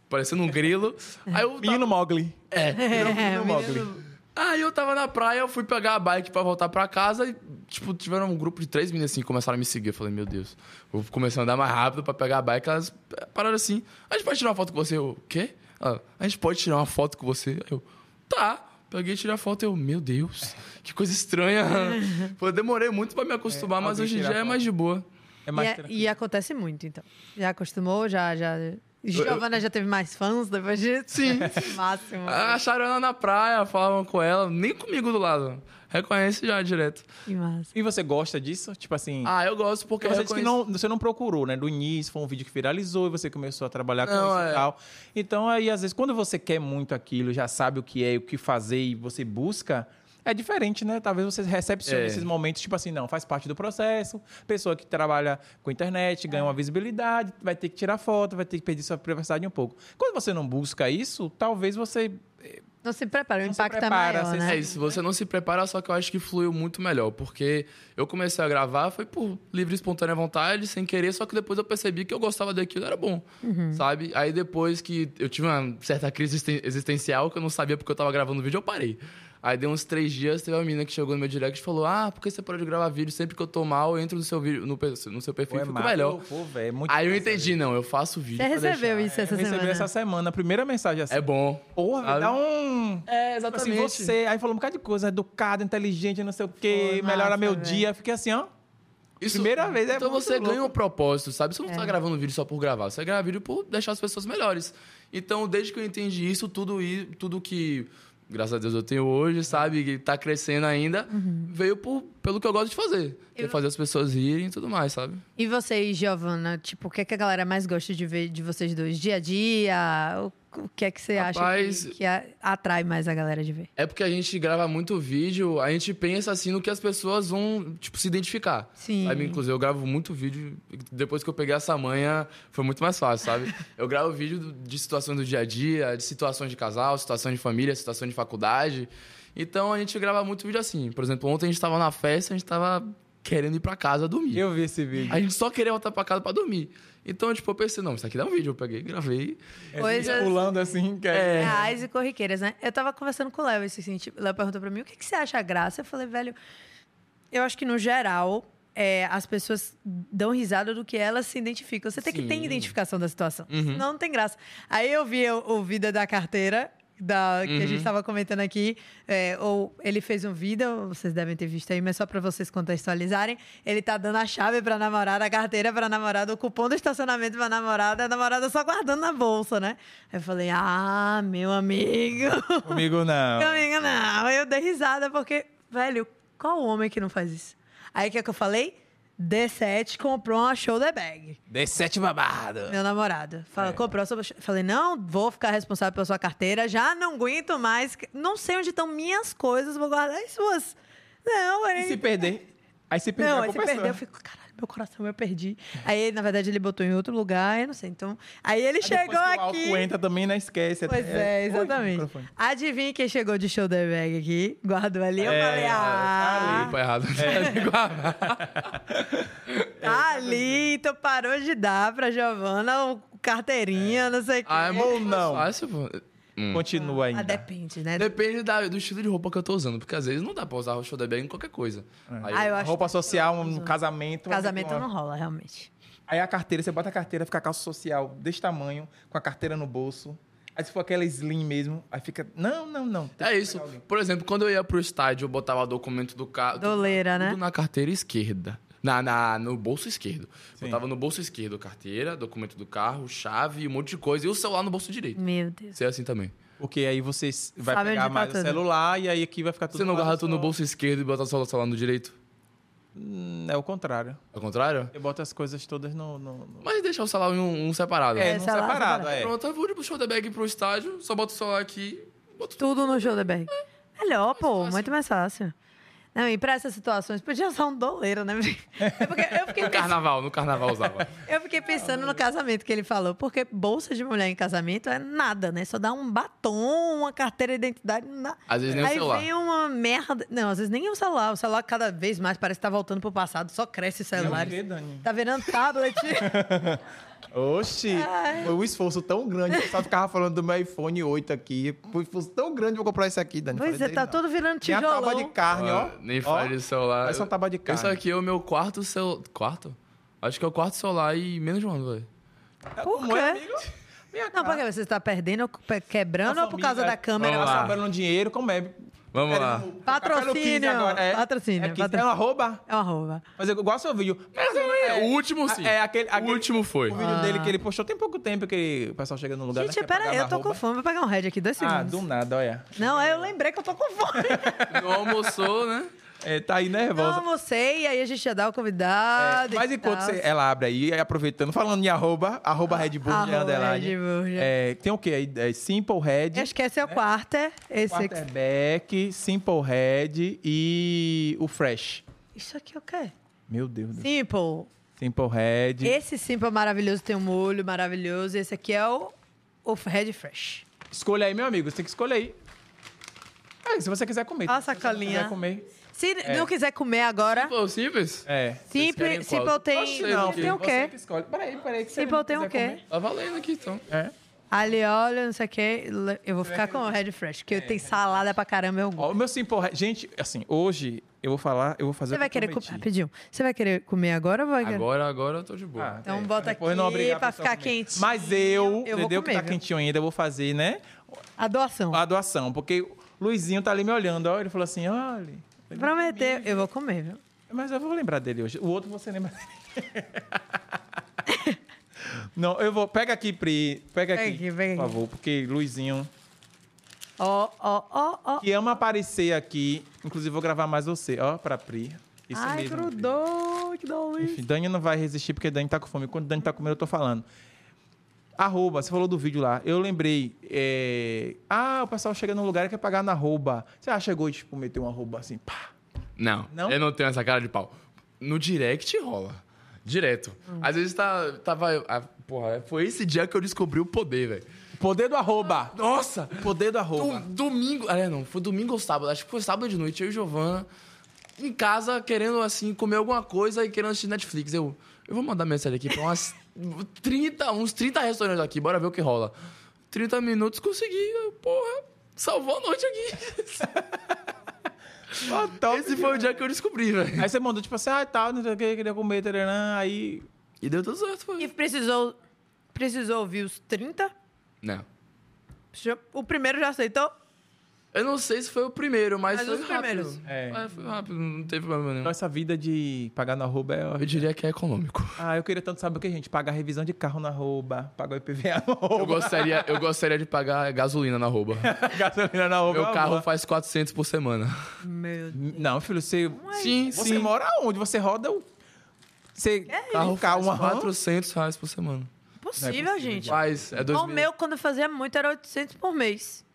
parecendo um grilo. Aí eu tava, Menino Mogli. é, Menino Mogli. Aí eu tava na praia, eu fui pegar a bike pra voltar pra casa e, tipo, tiveram um grupo de três meninas assim que começaram a me seguir. Eu falei, meu Deus, eu comecei a andar mais rápido pra pegar a bike. Elas pararam assim: a gente pode tirar uma foto com você? Eu, o quê? Ela, a gente pode tirar uma foto com você? Eu, tá. Peguei e tirei a foto. Eu, meu Deus, que coisa (laughs) estranha. Pô, Eu demorei muito pra me acostumar, É, mas alguém hoje em tirar dia é foto. mais de boa. É mais e, é- tranquilo. e acontece muito, então. Já acostumou, já, já Giovana já teve mais fãs depois disso? (laughs) Sim. Máximo. Acharam ela na praia, falavam com ela, nem comigo do lado. Reconhece já direto. Que massa. E você gosta disso? Tipo assim. Ah, eu gosto porque Porque eu você disse que reconheço- não, você não procurou, né? Do início, foi um vídeo que viralizou e você começou a trabalhar com Não, isso é. e tal. Então, aí, às vezes, quando você quer muito aquilo, já sabe o que é e o que fazer e você busca, é diferente, né? Talvez você recepcione É. esses momentos, tipo assim, não, faz parte do processo. Pessoa que trabalha com internet, ganha É. uma visibilidade, vai ter que tirar foto, vai ter que perder sua privacidade um pouco. Quando você não busca isso, talvez você. Não se prepara, o Não se impacto prepara, é maior, você É né? isso, você não se prepara, só que eu acho que fluiu muito melhor, porque eu comecei a gravar, foi por livre e espontânea vontade, sem querer, só que depois eu percebi que eu gostava daquilo, era bom, Uhum. sabe? Aí depois que eu tive uma certa crise existen- existencial, que eu não sabia porque eu tava gravando vídeo, eu parei. Aí deu uns três dias, teve uma menina que chegou no meu direct e falou, ah, por que você parou de gravar vídeo? Sempre que eu tô mal, eu entro no seu, vídeo, no, pe- no seu perfil e fico melhor. Pô, velho, é muito é Aí eu massa, entendi, não, eu faço vídeo Você pra recebeu deixar. isso essa Eu recebi semana? essa semana a primeira mensagem assim. É bom. Porra, sabe? dá um. É, Tipo assim, você. Aí falou um bocado de coisa, educado, inteligente, não sei o quê, Pô, melhora massa, meu velho. dia. Fiquei assim, ó. Isso- Primeira vez, é Então muito você louco. ganha um propósito, sabe? Você não está É. gravando um vídeo só por gravar, você grava vídeo por deixar as pessoas melhores. Então, desde que eu entendi isso, tudo, i- tudo que, graças a Deus, eu tenho hoje, sabe? Que tá crescendo ainda, veio por, pelo que eu gosto de fazer. Que é Uhum. Eu- fazer as pessoas rirem e tudo mais, sabe? E você e Giovana, tipo, o que, é que a galera mais gosta de ver de vocês dois? Dia a dia? O, o que é que você Rapaz- acha que, que a- atrai mais a galera de ver? É porque a gente grava muito vídeo, a gente pensa assim no que as pessoas vão, tipo, se identificar. Sim. Sabe? Inclusive, eu gravo muito vídeo. e Depois que eu peguei essa manha, foi muito mais fácil, (laughs) sabe? eu gravo vídeo do- de situações do dia a dia, de situações de casal, situação de família, situação de faculdade. Então a gente grava muito vídeo assim. Por exemplo, ontem a gente tava na festa, a gente tava querendo ir pra casa dormir. Eu vi esse vídeo. A gente só queria voltar pra casa pra dormir. Então, tipo, eu pensei, não, isso aqui dá um vídeo. Eu peguei, gravei. É, Coisas- Pulando assim, que é. É. Reais e corriqueiras, né? Eu tava conversando com o Léo, esse assim, tipo, o Léo perguntou pra mim, o que, que você acha graça? Eu falei, velho, eu acho que no geral, é, as pessoas dão risada do que elas se identificam. Você tem que Sim. ter identificação da situação, senão não tem graça. Aí eu vi o, o Vida da Carteira, da, que a gente tava comentando aqui, é, ou ele fez um vídeo, vocês devem ter visto aí, mas só pra vocês contextualizarem, ele tá dando a chave pra namorada, a carteira pra namorada, o cupom do estacionamento pra namorada, a namorada só guardando na bolsa, né? Aí eu falei, ah, meu amigo... Comigo não. Meu amigo, não. Eu dei risada porque, velho, qual homem que não faz isso? Aí o que é que eu falei? D7 comprou uma shoulder bag. D7 babado. Meu namorado. Fala, É. comprou sua. Falei, não, vou ficar responsável pela sua carteira, já não aguento mais. Não sei onde estão minhas coisas, vou guardar as suas. Não, E ele... se perder? Aí se perder, Não, a aí você culpa é sua. perdeu, eu fico, caralho, meu coração, eu perdi. Aí, na verdade, ele botou em outro lugar, eu não sei. Então, aí ele Aí depois chegou que o álcool aqui. entra também, não esquece. Pois é, Oi, exatamente. microfone. Adivinha quem chegou de shoulder bag aqui? Guardou ali, eu É, falei, ah, Foi errado. (laughs) é, tá ali, então parou de dar pra Giovana o carteirinha, não sei o quê. Ah, é muito Ou não. fácil, pô. Continua Ah, ainda. depende, né? Depende da- do estilo de roupa que eu tô usando, porque às vezes não dá pra usar o shoulder bag em qualquer coisa. Aí Ah, eu acho Roupa que- social, um casamento. uma- Casamento uma- não rola, realmente. Aí a carteira, você bota a carteira, fica a calça social desse tamanho, com a carteira no bolso. Aí se for aquela slim mesmo, aí fica. Não, não, não. Ah, Tem É que isso. pegar alguém. Por exemplo, quando eu ia pro estádio, eu botava o documento do carro. Doleira, tudo né? na carteira esquerda. Na, na- no bolso esquerdo. Sim. Botava no bolso esquerdo carteira, documento do carro, chave, um monte de coisa. E o celular no bolso direito. Meu Deus. Você é assim também. Porque aí você s- vai Sabe pegar onde tá mais o tudo. celular e aí aqui vai ficar tudo. Você não mais guarda tudo no só- bolso esquerdo e bota só o celular no direito? Hum, É o contrário. Ao contrário? Eu boto as coisas todas no. no- no- Mas deixa o celular em um, um separado. É, É, não celular separado, separado. é. Pronto, eu vou de shoulder bag pro estádio, só boto o celular aqui. Boto... Tudo no shoulder bag. Melhor, pô, fácil. muito mais fácil. Não, e pra essas situações, podia usar um doleiro, né? (laughs) É porque eu fiquei No Um carnaval, no carnaval usava. Eu fiquei pensando no casamento que ele falou, porque bolsa de mulher em casamento é nada, né? Só dá um batom, uma carteira de identidade. na- Às vezes nem o Aí celular. vem uma merda. Não, às vezes nem o celular. O celular cada vez mais parece que tá voltando pro passado, só cresce o celular. vê, Dani. Tá virando (laughs) tablet. Oxi! Ai. Foi um esforço tão grande. Eu só ficava falando do meu iPhone 8 aqui. Foi um esforço tão grande pra comprar esse aqui, Dani. pois é, Falei, tá não. todo virando Tem a tábua de tijolão. carne, ó. Ah, Nem Ó, fale de celular. Parece uma tábua de carne. Isso aqui é o meu quarto celular. Quarto? Acho que é o quarto celular e menos de um ano, velho. Por Como é, quê? amigo? Minha Não, cara. porque você tá perdendo, quebrando ou por causa da câmera? Vamos lá. Tá sobrando dinheiro, como é? Vamos lá. Patrocínio. é, Patrocínio, É, que- patrocínio. é um arroba. É um arroba. Mas eu gosto do vídeo. É, o último sim. É, aquele, O aquele- último Ah. foi. O vídeo dele que ele postou tem pouco tempo que o pessoal chega no lugar. né, Gente, quer pera pagar aí, no eu tô com arroba. fome. Vou pegar um red aqui, dois Ah, segundos. do nada, olha. Não, aí eu lembrei que eu tô com (laughs) fome. Não almoçou, né? É, tá aí Não nervosa. almocei, aí a gente ia dar o É, convidado. mas e enquanto tal. você- ela abre aí, aí aproveitando, falando em arroba, arroba Red Bull, arroba né, underline. Red Bull, É, né? tem o quê aí? É Simple Red, Acho que esse é o quarto. Esse aqui. Quarterback, Simple Red e o Fresh. Isso aqui é o quê? Meu Deus do céu. Simple. Simple Red. Esse simple é maravilhoso, tem um molho maravilhoso. Esse aqui é o, o Red Fresh. Escolha aí, meu amigo. Você tem que escolher aí. Ah, se você quiser comer. Faça a se você não colinha. quiser comer. Se não quiser comer agora, Foi o simples? É. Vocês simple, querem qual? simple tem, Oxe, não, não, tem o você quê? que escolhe. Peraí, peraí. que se Simple ele não tem o quiser quê? Tá valendo aqui, então. comer- É. Ali, olha, não sei o quê. Eu vou ficar com o Red Fresh, porque tem salada pra caramba, eu gosto. É. Ó, o meu Simple Red... Gente, assim, hoje eu vou falar, eu vou fazer Você o vai que eu querer comer. prometi. Rapidinho. Você vai querer comer agora ou vai querer? Agora, agora eu tô de boa. Ah, Então é, bota depois eu aqui obrigar a pra pessoa a ficar comer. quentinho. Mas Eu eu, vou entendeu? que tá comer, viu? quentinho ainda, eu vou fazer, né? A doação. A doação. Porque o Luizinho tá ali me olhando, ó. Ele falou assim: olha. Prometeu. Eu vou comer, viu? Mas eu vou lembrar dele hoje. O outro você lembra dele. (laughs) Não, eu vou. Pega aqui, Pri. Pega Pega aqui, aqui, pega por aqui. favor, porque Luizinho, Ó, ó, ó, ó. que ama aparecer aqui, inclusive vou gravar mais você, ó, pra Pri. Isso Ai, mesmo. Pri. grudou. Que delícia. Enfim, Dani não vai resistir porque Dani tá com fome. Quando Dani tá comendo, eu tô falando. Arroba, você falou do vídeo lá. Eu lembrei. é, Ah, o pessoal chega num lugar e quer pagar na arroba. Você já chegou e tipo, meteu um arroba assim, pá. Não, Não? eu não tenho essa cara de pau. No direct rola. Direto. Às vezes tá, tava. ah, porra, foi esse dia que eu descobri o poder, velho. Poder do arroba! Nossa! Poder do Do- arroba. domingo. Ah, é, não, foi domingo ou sábado. Acho que foi sábado de noite, eu e Giovana, em casa, querendo, assim, comer alguma coisa e querendo assistir Netflix. Eu, eu vou mandar mensagem aqui pra umas (laughs) 30, uns 30 restaurantes aqui, bora ver o que rola. 30 minutos consegui, eu, porra, salvou a noite aqui. (laughs) Ó, top. Esse foi o dia que eu descobri, velho. Ah, tá. Aí você mandou, tipo assim, ah, tal, não sei o que, queria comer, tararã. aí. E deu tudo certo, E foi. precisou, precisou ouvir os 30? Não. Já- O primeiro já aceitou? Eu não sei se foi o primeiro, mas, Mas foi os rápido. primeiros. É. É, foi rápido, não teve problema nenhum. Nossa vida de pagar na arroba é. Eu diria que é econômico. Ah, eu queria tanto saber o que, gente? Pagar revisão de carro na arroba, pagar o IPVA na arroba, Eu gostaria, eu gostaria de pagar gasolina na arroba. (laughs) gasolina na arroba. é Meu uma carro boa. faz 400 por semana. Meu Deus. Não, filho, você. Sim, Você sim. mora onde? Você roda o. Você É carro fica faz uma van? 400 reais por semana. é Impossível, gente. Faz, é dois O meu, quando eu fazia muito, era 800 por mês.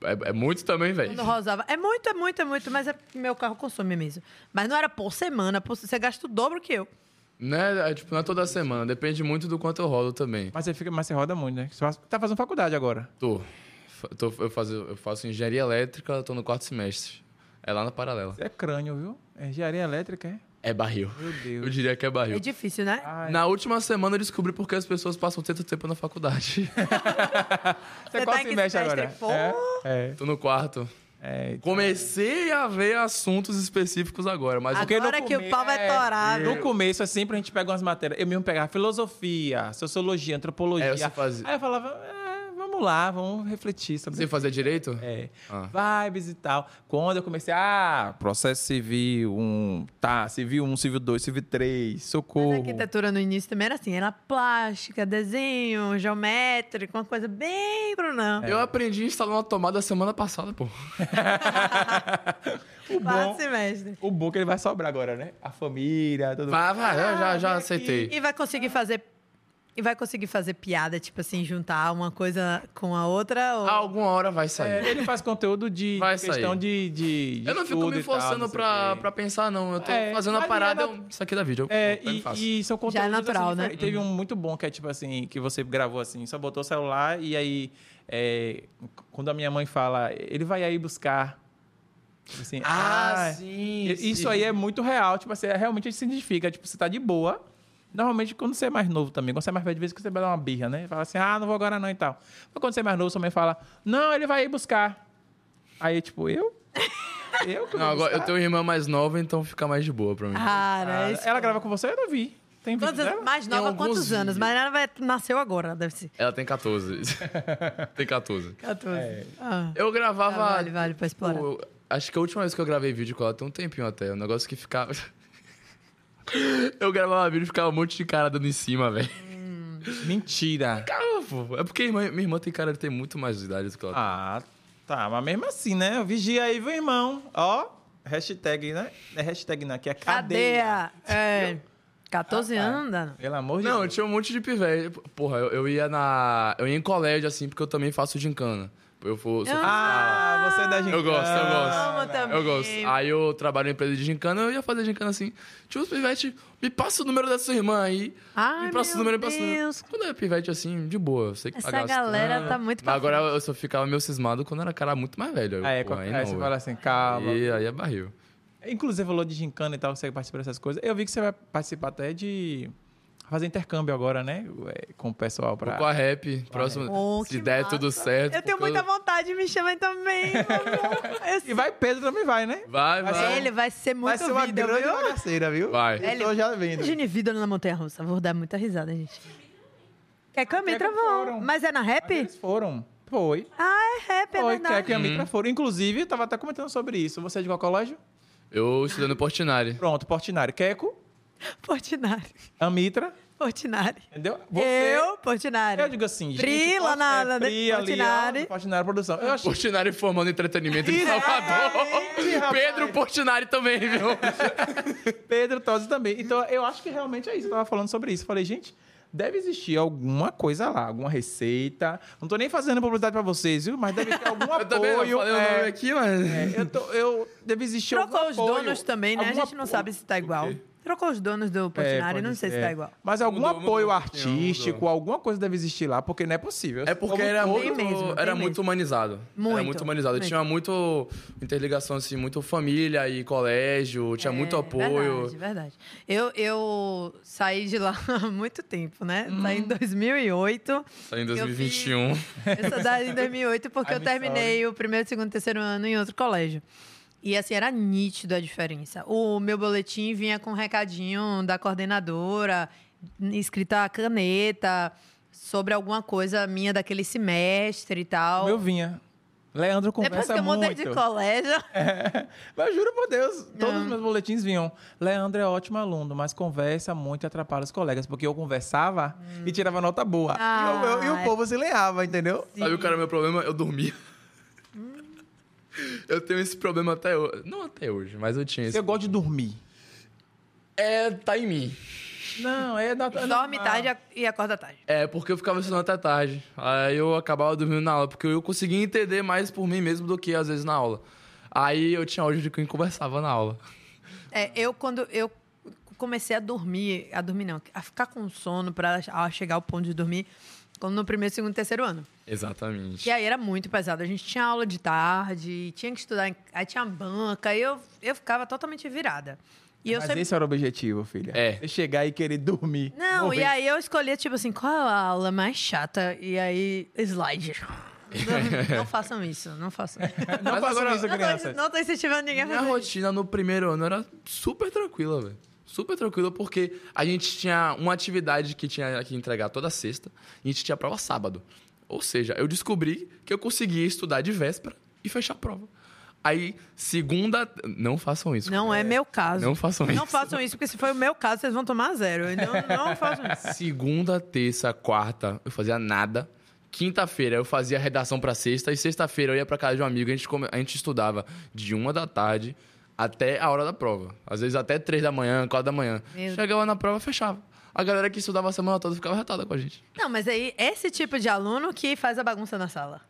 É, é muito também, velho. Quando rosava. É muito, é muito, é muito, mas é- meu carro consome mesmo. Mas não era por semana, por- você gasta o dobro que eu. Né? É, tipo, não é toda semana. Depende muito do quanto eu rolo também. Mas você, fica, mas você roda muito, né? Você faz- tá fazendo faculdade agora. Tô. Fa- tô- eu, faço, eu faço engenharia elétrica, tô no quarto semestre. É lá na paralela. Você é crânio, viu? É engenharia elétrica, é? É barril. Meu Eu Deus. diria que é É barril. difícil, né? Ai, Na última semana eu descobri por que as pessoas passam tanto tempo na faculdade. (laughs) você tá quase em se que mexe semestre? agora. Pô. É, tô no quarto. é, é. Comecei a ver assuntos específicos agora, mas Porque no Agora que o come- pau vai é, torar. né? No começo, assim, pra gente pegar umas matérias. Eu mesmo pegava filosofia, sociologia, antropologia. É, você fazia. Aí eu falava, é, vamos lá, vamos refletir sobre você fazia direito? Ah. É, vibes e tal. Quando eu comecei, ah, processo civil, um, tá, civil 1, civil 2, civil 3, Mas tá a socorro. arquitetura no início também era assim, era plástica, desenho, geométrico, uma coisa bem, Brunão. Eu aprendi a instalar uma tomada semana passada, pô. o, Quarto bom, semestre. o bom é que ele vai sobrar agora, né? A família, todo mundo. Vai, vai, eu já, já vem aceitei. E vai conseguir fazer. E vai conseguir fazer piada, tipo assim, juntar uma coisa com a outra? Ou... Alguma hora vai É, sair. ele faz conteúdo de Vai de questão sair. de, de, de eu não fico estudo me e tal, forçando não sei o pra, quê. pra pensar, não. Eu tô É, fazendo a mas parada. é eu- Isso aqui da vídeo. Eu, É, eu e, faço. e são conteúdos assim, natural, né? diferentes. Teve um muito bom que é tipo assim, que você gravou assim, só botou o celular e aí é, quando a minha mãe fala, ele vai aí buscar. Tipo assim, Ah, sim. E- Isso aí é muito real, tipo assim, é- realmente a gente se identifica, tipo, você tá de boa. Normalmente, quando você é mais novo também, quando você é mais velho, de vez em quando você vai dar uma birra, né? Fala assim, ah, não vou agora não e tal. Mas quando você é mais novo, sua mãe fala, não, ele vai ir buscar. Aí, (laughs) tipo, eu? Eu que Não, vou agora, eu buscar? tenho uma irmã mais nova, então fica mais de boa pra mim. Cara, é Ah, isso- Ela grava com você? Eu não vi. Tem um vídeo Quantos anos- dela? mais Tem nova, alguns quantos anos? vídeos. Mariana vai, nasceu agora, deve ser. Ela tem (laughs) 14. tem 14. 14. É. É, Ah, Eu gravava. vale, vale pra explorar. Pô, acho que a última vez que eu gravei vídeo com ela tem um tempinho até. Um negócio que ficava. (laughs) eu gravava vídeo e ficava um monte de cara dando em cima, velho. Mentira. Ficava, pô. É porque minha irmã, minha irmã tem cara de ter muito mais idade do que ela. tem. Ah, tá. Mas mesmo assim, né? Vigia aí, meu irmão. Ó, hashtag, né? É hashtag não, aqui é cadeia. Cadeia. É. 14 anos não dá, não. Pelo amor de Não, eu Deus. tinha um monte de pivete. Porra, eu, eu ia na. Eu ia em colégio, assim, porque eu também faço gincana. Eu vou. sou- Ah, você é da gente. Eu gosto, eu gosto. Amo também. Eu gosto. Aí eu trabalho em empresa de gincana, eu ia fazer gincana assim. Tinha uns pivete, me passa o número da sua irmã aí. Ai, me passa o meu número, me passa o número. Deus. Quando eu era pivete assim, de boa, eu sei que Essa pagava. galera tá muito pra Mas agora eu só ficava meio cismado quando era cara muito mais velho. Eu, Aí, porra, aí, aí não, você velho. fala assim, calma. E aí é barril. Inclusive, falou de gincana e tal, você participa dessas coisas. Eu vi que você vai participar até de... Fazer intercâmbio agora, né? É, Com o pessoal pra... Vou com a rap, próximo. Oh, se que der massa. tudo certo. Eu tenho porque muita vontade, me chamem também, meu (laughs) amor. Eu E vai Pedro também vai, né? Vai, vai. sei, Ele vai ser muito vai ser uma vida, grande viu? bagaceira, viu? né? Vai. Eu tô já vendo. Genevieve na Montanha Russa. Vou dar muita risada, gente. Quer que a Quer Mitra que vão. foram. Mas é na Mas rap? Eles foram. Foi. Ah, é rap, é Foi, quer verdade. que a Uhum. Mitra foram. Inclusive, eu tava até comentando sobre isso. Você é de qual colégio? Eu estudando Portinari. Pronto, Portinari. Queco, Portinari. Amitra, Portinari. entendeu? Eu, Portinari. Eu digo assim, gente... Pri, lá na- na- Pri, ali, Portinari. ó, Portinari Produção. Eu achei... Portinari formando entretenimento em Isso, Salvador. exatamente, rapaz. Pedro Portinari também, viu? (laughs) Pedro Tosi também. Então, eu acho que realmente é isso. Eu tava falando sobre isso. Falei, gente, deve existir alguma coisa lá, alguma receita. Não tô nem fazendo publicidade pra vocês, viu? Mas deve ter algum (laughs) apoio. Eu também não falei é, o nome aqui, mas. é, eu, tô- eu- deve existir Trocou algum os apoio, donos também, né? A algum gente não apoio. sabe se tá igual. Trocou os donos do É, Portinari, pode não sei ser. se tá igual. Mas algum Mudou, mudou. apoio Não, artístico, mudou. alguma coisa deve existir lá, porque não é possível. É porque Como era todo- muito, mesmo, tem era mesmo. muito humanizado. Muito, Era muito humanizado. muito. Tinha muito interligação, assim, muito família e colégio, tinha muito É, apoio. Verdade, verdade. Eu, eu saí de lá (laughs) há muito tempo, né? Saí em Uhum. 2008. Só em Eu 2021. Eu só saí em 2008 porque eu I'm terminei o primeiro, segundo, terceiro ano em outro colégio. E assim, era nítido a diferença. O meu boletim vinha com um recadinho da coordenadora, escrita a caneta, sobre alguma coisa minha daquele semestre e tal. Como eu vinha. Leandro Depois que conversa eu mudei muito. de colégio. Mas juro por Deus, todos os meus boletins vinham. Leandro é ótimo aluno, mas conversa muito e atrapalha os colegas, porque eu conversava e tirava nota boa. Hum. Ah, e, eu- eu- e é. o povo se lenhava, entendeu? (laughs) Sabe o cara, meu problema? Eu dormia. (laughs) Eu tenho esse problema até hoje. Não até hoje, mas eu tinha esse. Eu gosto de dormir. É, tá em mim. Não, (laughs) é nota. Dorme não, tarde e acorda tarde. É, porque eu ficava estudando até tarde. Aí eu acabava dormindo na aula, porque eu conseguia entender mais por mim mesmo do que às vezes na aula. Aí eu tinha áudio de quem conversava na aula. É, eu quando eu comecei a dormir, a dormir não, a ficar com sono pra a chegar ao ponto de dormir, quando no primeiro, segundo, terceiro ano. Exatamente. E aí era muito pesado. A gente tinha aula de tarde, tinha que estudar, em- aí tinha banca, e eu, eu ficava totalmente virada. E eu Mas sempre... esse era o objetivo, filha. É. Você chegar e querer dormir. Não, morrer. e aí eu escolhia, tipo assim, qual a aula mais chata? E aí, slide. Não, não façam isso, não façam. Não Mas façam agora- isso, Não tô, crianças. não tô incentivando ninguém a Minha fazer isso. rotina no primeiro ano era super tranquila, velho. Super tranquila, porque a gente tinha uma atividade que tinha que entregar toda sexta e a gente tinha prova sábado. Ou seja, eu descobri que eu conseguia estudar de véspera e fechar a prova. Aí, segunda. Não façam isso. Não é meu caso. Não façam isso. Não façam isso, porque se foi o meu caso, vocês vão tomar zero. Então, não façam isso. Segunda, terça, quarta, eu fazia nada. Quinta-feira eu fazia redação pra sexta e sexta-feira eu ia pra casa de um amigo, a gente, come- a gente estudava de uma da tarde até a hora da prova. Às vezes até três da manhã, quatro da manhã. Meu Chegava na prova, fechava. A galera que estudava a semana toda ficava retada com a gente. Não, mas aí, esse tipo de aluno que faz a bagunça na sala.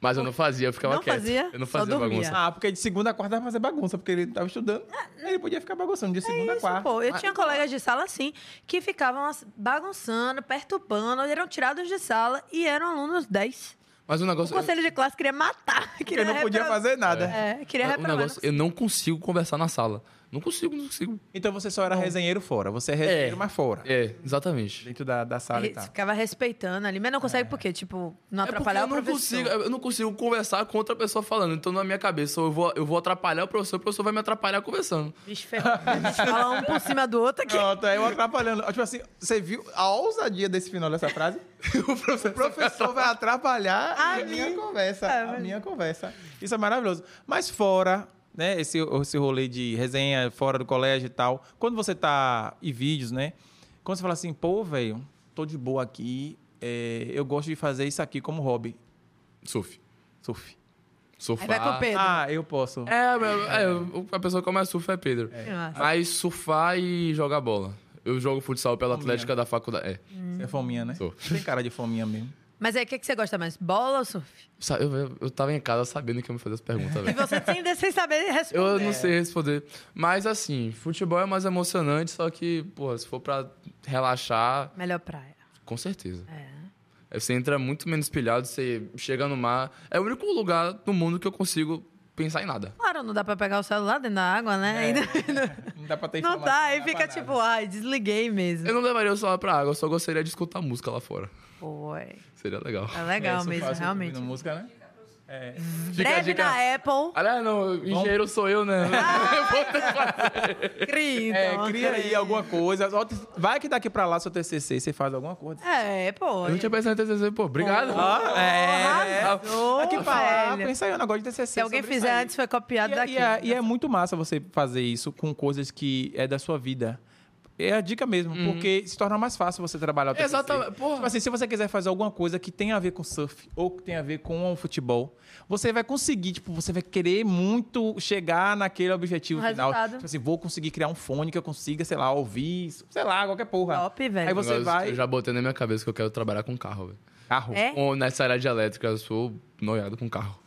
Mas eu não fazia, eu ficava Não quieto. fazia? eu não Só fazia dormia. bagunça. Ah, porque de segunda a quarta vai fazer bagunça, porque ele tava estudando. Ele podia ficar bagunçando de segunda a Ah, É Isso, quarta. pô. Eu tinha colegas de sala, assim, que ficavam assim, bagunçando, perturbando, eram tirados de sala e eram alunos 10. Mas o O negócio. conselho de classe queria matar. (laughs) Porque Queria não podia repro- fazer nada. É, queria o reprovar. negócio, eu não consigo conversar na sala. Não consigo, não consigo. Então você só era resenheiro fora. Você é resenheiro, mas fora. É, exatamente. Dentro da, da sala e Ele tal. ficava respeitando ali, mas não consegue por quê? Tipo, não É porque atrapalhar eu o não professor. consigo, eu não consigo conversar com outra pessoa falando. Então, na minha cabeça, eu vou, eu vou atrapalhar o professor, o professor vai me atrapalhar conversando. Bicho ferrado. Fala um por cima do outro aqui. Pronto, aí eu atrapalhando. Tipo assim, você viu a ousadia desse final dessa frase? (laughs) o professor. O professor vai atrapalhar A a minha minha. conversa. É, a mas- minha conversa. Isso é maravilhoso. Mas fora, né, esse, esse rolê de resenha fora do colégio e tal, quando você tá em vídeos, né? Quando você fala assim, pô, velho, tô de boa aqui, é, eu gosto de fazer isso aqui como hobby. Surf. Surf. Surfar. Aí vai com o Pedro. Ah, eu posso. É, meu- é, o- a pessoa que eu mais surfa é Pedro. Eu acho. Mas surfar e jogar bola. Eu jogo futsal pela Fominha. Atlética da faculdade. É. Você é fominha, né? Sou. Tem cara de fominha mesmo. Mas aí, o que, que você gosta mais? Bola ou surf? Sa- Eu, eu, eu tava em casa sabendo que eu me fazer essa (laughs) pergunta, E velho. você (laughs) sem, sem saber responder. Eu não sei responder. Mas assim, futebol é mais emocionante, só que, porra, se for pra relaxar, Melhor praia. com certeza. É. Aí Você entra muito menos pilhado, você chega no mar. É o único lugar do mundo que eu consigo pensar em nada. Claro, não dá pra pegar o celular dentro da água, né? Ainda- (laughs) Não dá pra ter Não informação, dá, aí dá fica pra tipo, nada. ai, desliguei mesmo. Eu não levaria o celular pra água, eu só gostaria de escutar música lá fora. Pô, é Seria legal. é legal É, isso mesmo, faz realmente. ouvindo Música, né? É. Fica a Breve dica. na Apple. Aliás, não, engenheiro sou (laughs) eu, né? Ah! Cria, É, então, cria aí alguma coisa. Ó, Vai que daqui pra lá seu TCC você faz alguma coisa. É, pô. Eu não tinha pensado em TCC, pô, obrigado. Ah, é. arrasou, Aqui pra lá, velho. pensa aí um negócio de TCC. Se alguém sobre fizer isso aí. antes, foi copiado E é- daqui. E é, e é muito massa você fazer isso com coisas que é da sua vida. É a dica mesmo, Uhum. porque se torna mais fácil você trabalhar o TCC. Exatamente, porra. Tipo assim, se você quiser fazer alguma coisa que tem a ver com surf ou que tem a ver com o futebol, você vai conseguir, tipo, você vai querer muito chegar naquele objetivo No final. Um resultado. Tipo assim, vou conseguir criar um fone que eu consiga, sei lá, ouvir, sei lá, qualquer porra. Top, velho. Aí você Eu- vai... Eu já botei na minha cabeça que eu quero trabalhar com carro, velho. Carro. É? Ou nessa área de elétrica, eu sou noiado com carro.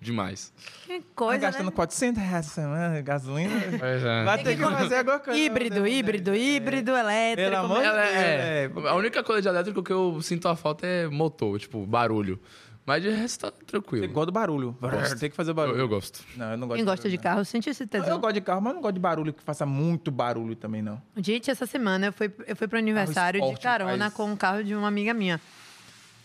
Demais. Que Tá coisa, gastando né? 400 reais por semana, gasolina. (laughs) Pois é. vai ter que fazer alguma coisa. né? Híbrido, híbrido, híbrido, elétrico. Pelo amor de Deus. Ela é, É, A única coisa de elétrico que eu sinto a falta é motor, tipo, barulho. Mas de resto tá Você tranquilo. gosta do barulho. Você tem que fazer barulho. Eu, eu gosto. Não, eu não gosto Quem gosta de barulho, carro sente esse não. Eu tesão. gosto de carro, mas eu não gosto de barulho que faça muito barulho também, (laughs) não. Gente, essa semana eu fui, eu fui pro aniversário de É um esporte, carona faz- com o carro de uma amiga minha.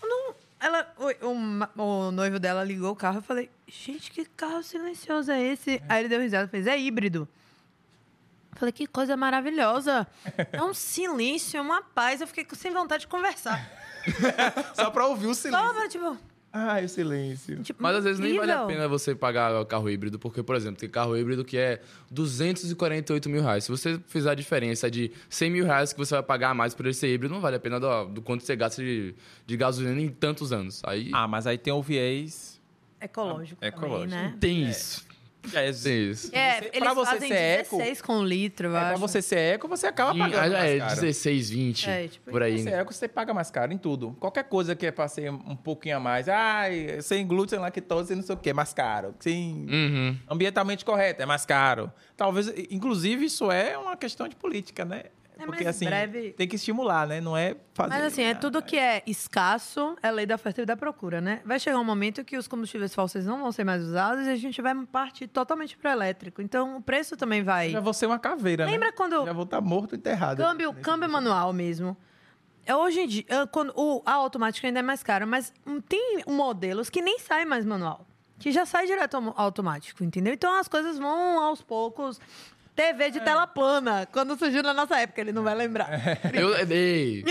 Eu Não, ela, o, o ma- o noivo dela ligou o carro eu falei, gente, que carro silencioso é esse? Aí ele deu risada e fez, é híbrido. Eu Falei, que coisa maravilhosa. (laughs) É um silêncio, é uma paz. Eu fiquei com- sem vontade de conversar. Só pra ouvir o silêncio. Toma, tipo, Ai, o silêncio. tipo, Mas às vezes nem vale a incrível. pena você pagar carro híbrido, porque, por exemplo, tem carro híbrido que é 248 mil reais. Se você fizer a diferença de 100 mil reais que você vai pagar a mais por esse híbrido, não vale a pena do, do quanto você gasta de, de gasolina em tantos anos. Aí Ah, mas aí tem o viés. Ecológico, É, Ecológico. também, né? tem isso. Já é- Tem isso. É, Você- eles pra você fazem ser eco- 16 com um litro, eu É, pra acho. você ser eco, você acaba E- pagando. ah, mais é, caro. 16, 20, É, tipo, por aí. Você é eco, você paga mais caro em tudo. Qualquer coisa que é pra ser um pouquinho a mais. Ai, sem glúten, lactose, não sei o quê, é mais caro. Sem Uhum. ambientalmente correto, é mais caro. Talvez, inclusive, isso é uma questão de política, né? É, Porque mas assim, breve- tem que estimular, né? Não é fazer. Mas assim, é tudo que é escasso é lei da oferta e da procura, né? Vai chegar um momento que os combustíveis fósseis não vão ser mais usados e a gente vai partir totalmente para elétrico. Então o preço também vai. É, Já vou ser uma caveira, né? Lembra quando- Já vou estar morto enterrado. Câmbio, câmbio manual mesmo. É, Hoje em dia, é, quando, o, a automática ainda é mais cara, mas hum, tem modelos que nem sai mais manual, que já sai direto ao- automático, entendeu? Então as coisas vão aos poucos. TV de É. tela plana, quando surgiu na nossa época, ele não vai lembrar. Eu, (laughs) ei,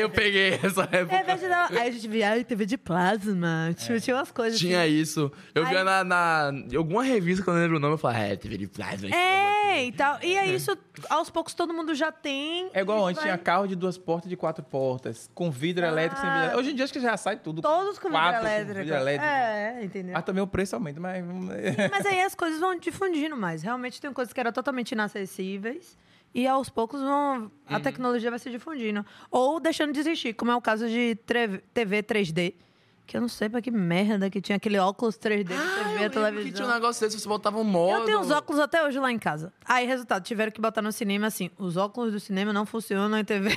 eu peguei essa época. TV de tela... É Aí a gente via ai, TV de plasma, tipo, tinha umas coisas É. Tinha isso. Eu Aí- via na, na- em alguma revista que eu não lembro o nome, eu falava, é, TV de plasma. É, e tal. E é isso, aos poucos todo mundo já tem. É igual antes, Vai- Ah. tinha carro de duas portas, de quatro portas, com vidro elétrico, sem vidro elétrico. Hoje em dia acho que já sai tudo. Todos com vidro Quatro assim, elétrico. Com vidro elétrico. É, entendeu? Mas também o preço aumenta, mas... (laughs) Mas aí as coisas vão difundindo mais. Realmente tem coisas que eram totalmente inacessíveis. E aos poucos vão, Uhum. a tecnologia vai se difundindo. Ou deixando de existir, como é o caso de tre- TV 3D. Que eu não sei pra que merda que tinha aquele óculos 3D que você via a televisão. Ah, que tinha um negócio desse, você botava um modo. Eu tenho os óculos até hoje lá em casa. Aí, resultado, tiveram que botar no cinema assim: os óculos do cinema não funcionam em TV.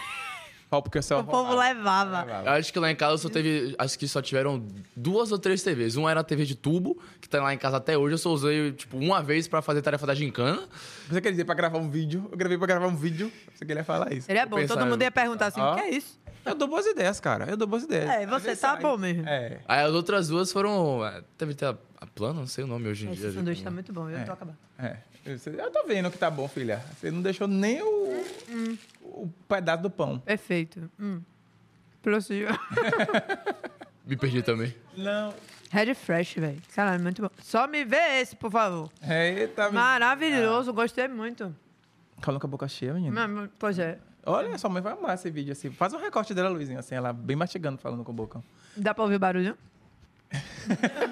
Pau porque (laughs) O povo levava. Eu acho que lá em casa só teve. Acho que só tiveram duas ou três TVs. Uma era a TV de tubo, que tá lá em casa até hoje. Eu só usei, tipo, uma vez pra fazer tarefa da gincana. Você quer dizer pra gravar um vídeo? Eu gravei pra gravar um vídeo. Você queria falar isso? Seria bom, pensar- todo mundo ia perguntar assim, Ó. o que é isso? Eu dou boas ideias, cara. Eu dou boas ideias. É, você Às vezes tá sai. bom mesmo. É. Aí as outras duas foram. é, Deve ter a, a plana, não sei o nome hoje em dia. Esse sanduíche tá muito bom, eu tô acabando. É. Eu sei- eu tô vendo que tá bom, filha. Você não deixou nem o, Hum, o pedaço do pão. Perfeito. Hum. Prossiga. Me perdi também. Não. (laughs) Red Fresh, velho. Caralho, muito bom. Só me vê esse, por favor. Hum. Eita, menina. Maravilhoso, gostei muito. Calma com a boca cheia, menina. Mas, Pois é. Olha, sua mãe vai amar esse vídeo assim. Faz um recorte dela, Luizinha, assim, ela bem mastigando, falando com o bocão. Dá pra ouvir barulho?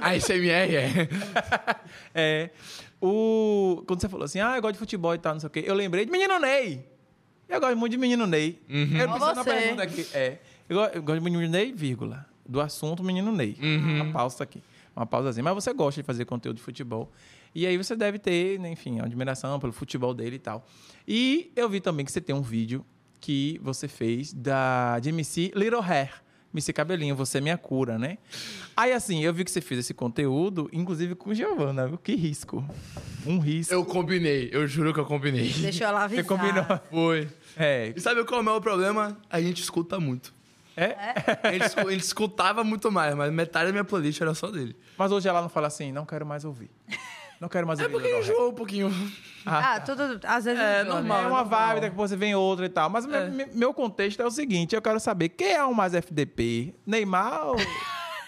A SMR é. (laughs) É. O... Quando você falou assim, ah, eu gosto de futebol e tal, não sei o quê, eu lembrei de Menino Ney. Eu gosto muito de Menino Ney. Eu Ó preciso na você. pergunta aqui. É. Eu, go- eu gosto de Menino Ney, vírgula. Do assunto Menino Ney. Uhum. Uma pausa aqui. Uma pausazinha. Mas você gosta de fazer conteúdo de futebol. E aí você deve ter, né, enfim, admiração pelo futebol dele e tal. E eu vi também que você tem um vídeo que você fez da, de MC Little Hair. MC Cabelinho, você é minha cura, né? Aí, assim, eu vi que você fez esse conteúdo, inclusive com Giovana, viu? Que risco. Um risco. Eu combinei, eu juro que eu combinei. Deixa eu lá avisar. Você combinou. Foi. É, E sabe qual é o meu problema? A gente escuta muito. é. A gente, escu- a gente escutava muito mais, mas metade da minha playlist era só dele. Mas hoje ela não fala assim, não quero mais ouvir. Não quero mais É ouvir. porque Little Hair. enjoou um pouquinho. Ah, tudo. Às vezes. É, enjoa, né? normal. É uma vibe, daqui a pouco você vem outra e tal. Mas meu- me- meu contexto é o seguinte: eu quero saber quem é o mais FDP? Neymar (laughs) ou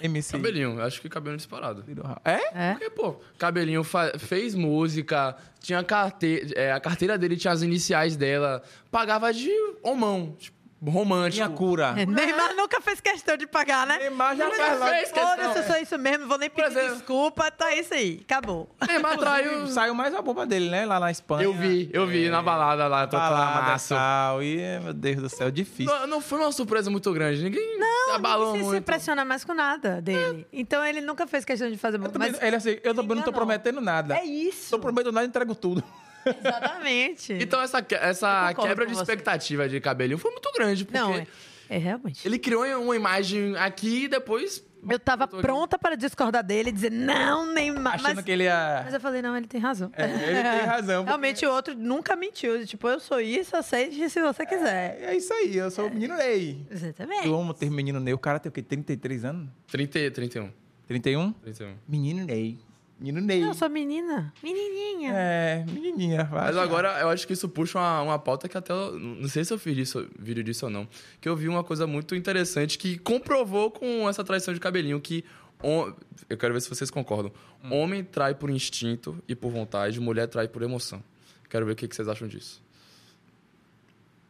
MC? Cabelinho, acho que cabelinho disparado. É? É? Porque, pô, Cabelinho fa- fez música, tinha carteira, a carteira dele tinha as iniciais dela, pagava de homão, tipo, romântico. Minha cura. É, Neymar nunca fez questão de pagar, né? Neymar já Nunca faz lá. fez questão, Foda-se, eu sou isso mesmo, vou nem pedir Pois é. desculpa, tá isso aí, acabou. Neymar traiu. Saiu mais a bomba dele, né? Lá na Espanha. Eu vi, eu vi na é. balada tá. lá, tô Balada e massa. tal. E, meu Deus do céu, difícil. Não, não foi uma surpresa muito grande, ninguém abalou Não se muito. impressiona mais com nada dele. Então ele nunca fez questão de fazer Eu muito, também, mas ele assim, eu também não tô enganou. prometendo nada. é isso. Não prometo nada, entrego tudo. (laughs) Exatamente. Então essa, que- essa Eu concordo quebra com de você. expectativa de Cabelinho foi muito grande, porque não, é, é realmente. ele criou uma imagem aqui e depois... Eu tava Tô aqui. pronta para discordar dele e dizer, não, Neymar. Achando Mas, que ele ia. mas eu falei, não, ele tem razão. É, ele (laughs) tem razão. porque- Realmente o outro nunca mentiu. Tipo, eu sou isso, aceite se você quiser. É isso aí, eu sou o menino Ney. Você também. Eu amo ter menino Ney. O cara tem o quê? 33 anos? 30, e 31, 31? 31. Menino Ney. Menino Ney. Não, eu sou menina. Menininha. É, menininha. vai. Mas agora eu acho que isso puxa uma, uma pauta que até. eu- não sei se eu fiz isso- vídeo disso ou não. Que eu vi uma coisa muito interessante que comprovou com essa traição de cabelinho que. hom- eu quero ver se vocês concordam. Hum. Homem trai por instinto e por vontade, mulher trai por emoção. Quero ver o que que vocês acham disso.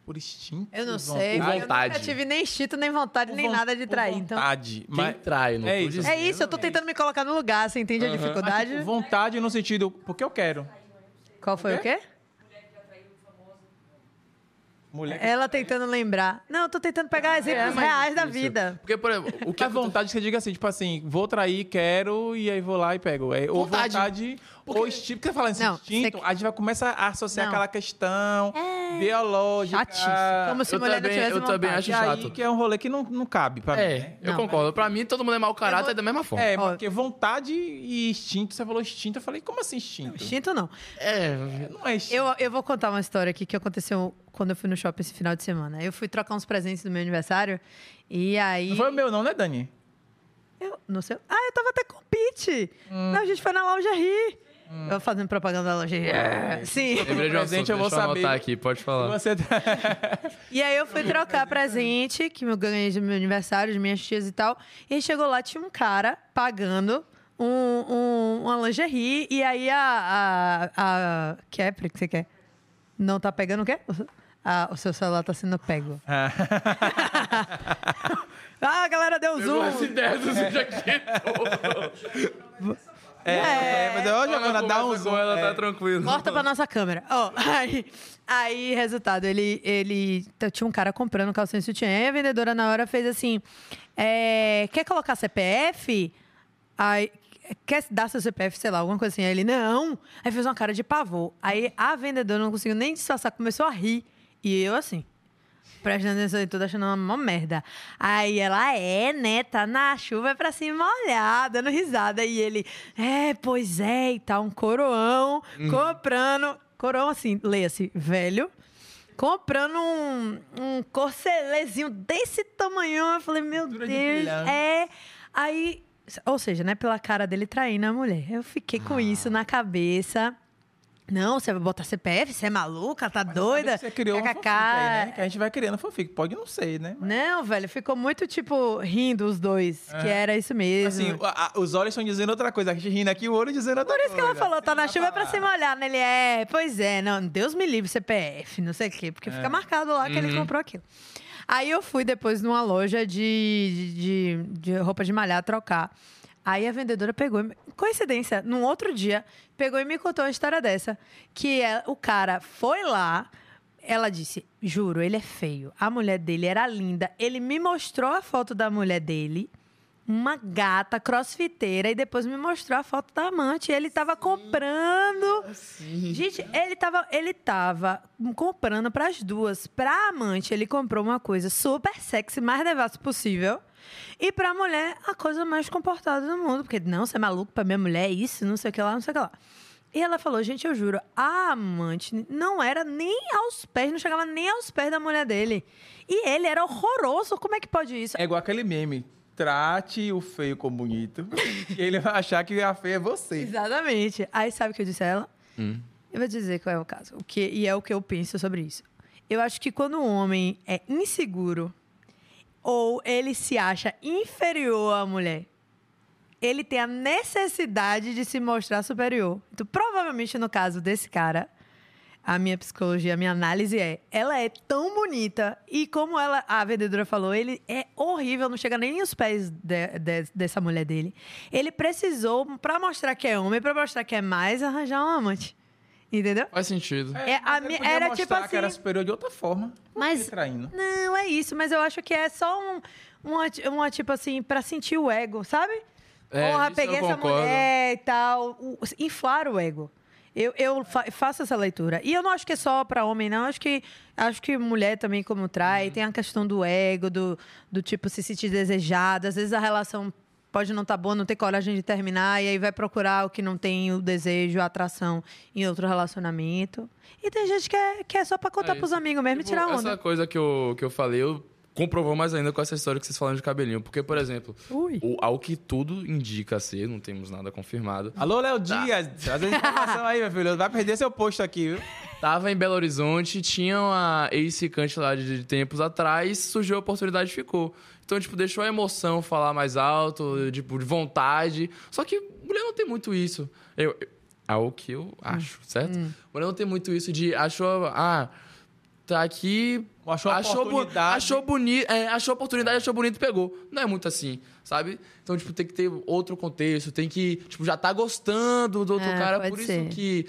Por instinto. Eu não por sei. vontade. Eu nunca tive nem instinto, nem vontade, Por nem von- nada de por trair. Então, Vontade. Mas, Quem trai, não é tô isso. dizendo. é isso, eu tô tentando me colocar no lugar. Você entende a mas dificuldade? tipo, vontade no sentido, porque eu quero. Qual foi o quê? Mulher. que- Ela tentando lembrar. Não, eu tô tentando pegar exemplos reais da vida. Porque, por exemplo, (laughs) É. o que a vontade que você diga assim, tipo assim, vou trair, quero, e aí vou lá e pego. É, ou Vontade. vontade, ou instinto. Porque você fala assim, Não, instinto, você- a gente vai começar a associar Não. aquela questão biológica. Chatíssimo. Ah, Como se eu mulher também- não tivesse eu vontade. também acho E aí chato. que é um rolê que não, não cabe pra mim. É, né? eu Não, concordo. Pra mim, todo mundo é mau caráter da mesma forma. É, Ó. porque vontade e instinto, você falou instinto, eu falei, como assim instinto? Instinto não. É, Não é instinto. Eu, eu vou contar uma história aqui que aconteceu quando eu fui no shopping esse final de semana. Eu fui trocar uns presentes do meu aniversário e aí. Não foi o meu não, né, Dani? Eu, não sei. Ah, eu tava até com o Pete. Não, a gente foi na lingerie. Eu fazendo propaganda da lingerie. Sim. lembrei de um Presente, assunto, eu vou deixa eu saber. anotar aqui, pode falar. Você tá- E aí eu fui trocar presente, que eu ganhei de meu aniversário, de minhas tias e tal. E aí chegou lá, tinha um cara pagando um, um- uma lingerie. E aí a. a, a que é, Pri, que você quer? Não tá pegando o quê? O seu- ah, o seu celular tá sendo pego. Ah. (laughs) ah, a galera deu zoom. É. As ideias do sujeito. (laughs) É, é, mas eu, Giovana, dá um zoom. ela, tá é. tranquilo. Corta pra nossa câmera. Ó, (laughs) aí, aí, resultado, ele, ele t- tinha um cara comprando calcinha e sutiã e a vendedora na hora fez assim: é, quer colocar CPF? Aí, quer dar seu CPF, sei lá, alguma coisa assim. Aí ele, não. Aí fez uma cara de pavor. Aí a vendedora não conseguiu nem disfarçar, começou a rir. E eu assim. prestando atenção em tudo, achando uma mó merda. Aí ela, é, né? Tá na chuva, é pra se molhar, dando risada. E ele, é, pois é, e tal, um coroão, comprando. Coroão, assim, leia-se, velho. Comprando um, um corcelezinho desse tamanho. Eu falei, meu Dura de Deus, brilhar. é. Aí, ou seja, né, pela cara dele traindo a mulher. Eu fiquei com isso na cabeça. Não, você vai botar CPF? Você é maluca? Tá doida? é. Você criou uma KKK. fanfic aí, né? Que a gente vai criando fanfic. Pode não ser, né? Não, velho, ficou muito tipo rindo os dois, que era isso mesmo. Assim, a- a- os olhos estão dizendo outra coisa. A gente rindo aqui, o olho dizendo outra Por coisa. isso que ela falou, tá na Sem chuva é falar. pra se molhar, né? Ele é, pois é, não, Deus me livre, CPF, não sei o quê, porque fica marcado lá que ele comprou aquilo. Aí eu fui depois numa loja de, de, de- de roupa de malhar trocar. Aí a vendedora pegou, e me- coincidência, num outro dia, pegou e me contou uma história dessa. Que é- o cara foi lá, ela disse: Juro, ele é feio. A mulher dele era linda. Ele me mostrou a foto da mulher dele, uma gata crossfiteira, e depois me mostrou a foto da amante. Ele tava comprando. Gente, ele tava, ele tava comprando pras duas. Pra amante, ele comprou uma coisa super sexy, mais devasso possível. E pra mulher, a coisa mais comportada do mundo. Porque, não, você é maluco pra minha mulher, é isso, não sei o que lá, não sei o que lá. E ela falou, gente, eu juro, a amante não era nem aos pés, não chegava nem aos pés da mulher dele. E ele era horroroso, como é que pode isso? É igual aquele meme. Trate o feio como (laughs) bonito. e ele vai achar que a feia é você. Exatamente. Aí sabe o que eu disse a ela? Eu vou dizer qual é o caso. O que, e é o que eu penso sobre isso. Eu acho que quando um homem é inseguro ou ele se acha inferior à mulher, ele tem a necessidade de se mostrar superior. Então, provavelmente no caso desse cara, a minha psicologia, a minha análise é: ela é tão bonita e como ela, a vendedora falou, ele é horrível, não chega nem aos pés de- de- dessa mulher dele. Ele precisou pra mostrar que é homem, pra mostrar que é mais, arranjar um amante, entendeu? Faz sentido. É, a mas ele minha- podia era mostrar tipo assim- que era superior de outra forma. Por Mas- que traindo. Não, é isso, mas eu acho que é só um, uma, uma, tipo assim, pra sentir o ego, sabe? É, Porra, isso eu peguei essa concordo. mulher e tal. O- Inflar o ego. Eu, eu fa- faço essa leitura. E eu não acho que é só pra homem, não. Acho que, acho que mulher também, como Uhum. trai, tem a questão do ego, do, do tipo se sentir desejada. Às vezes a relação pode não estar boa, não ter coragem de terminar, e aí vai procurar o que não tem o desejo, a atração em outro relacionamento. E tem gente que é, que é só pra contar É pros isso. amigos mesmo Tipo, e tirar onda. Essa coisa que eu, que eu falei, eu comprovou mais ainda com essa história que vocês falaram de cabelinho. Porque, por exemplo, Ui. o- ao que tudo indica ser, não temos nada confirmado, Alô, Léo Tá. Dias. Traz a informação aí, meu filho. Vai perder seu posto aqui, viu? Tava em Belo Horizonte, tinha uma ex-cicante lá de de tempos atrás, surgiu a oportunidade e ficou. Então, tipo, deixou a emoção falar mais alto, tipo, de vontade. Só que mulher não tem muito isso. Eu, eu- é o que eu acho, certo? Mulher não tem muito isso de achou, ah, tá aqui. Achou a bo- oportunidade. Achou bonito. é, achou a oportunidade, achou bonito e pegou. Não é muito assim, sabe? Então, tipo, tem que ter outro contexto, tem que, tipo, já tá gostando do outro É, cara. pode Por ser. isso que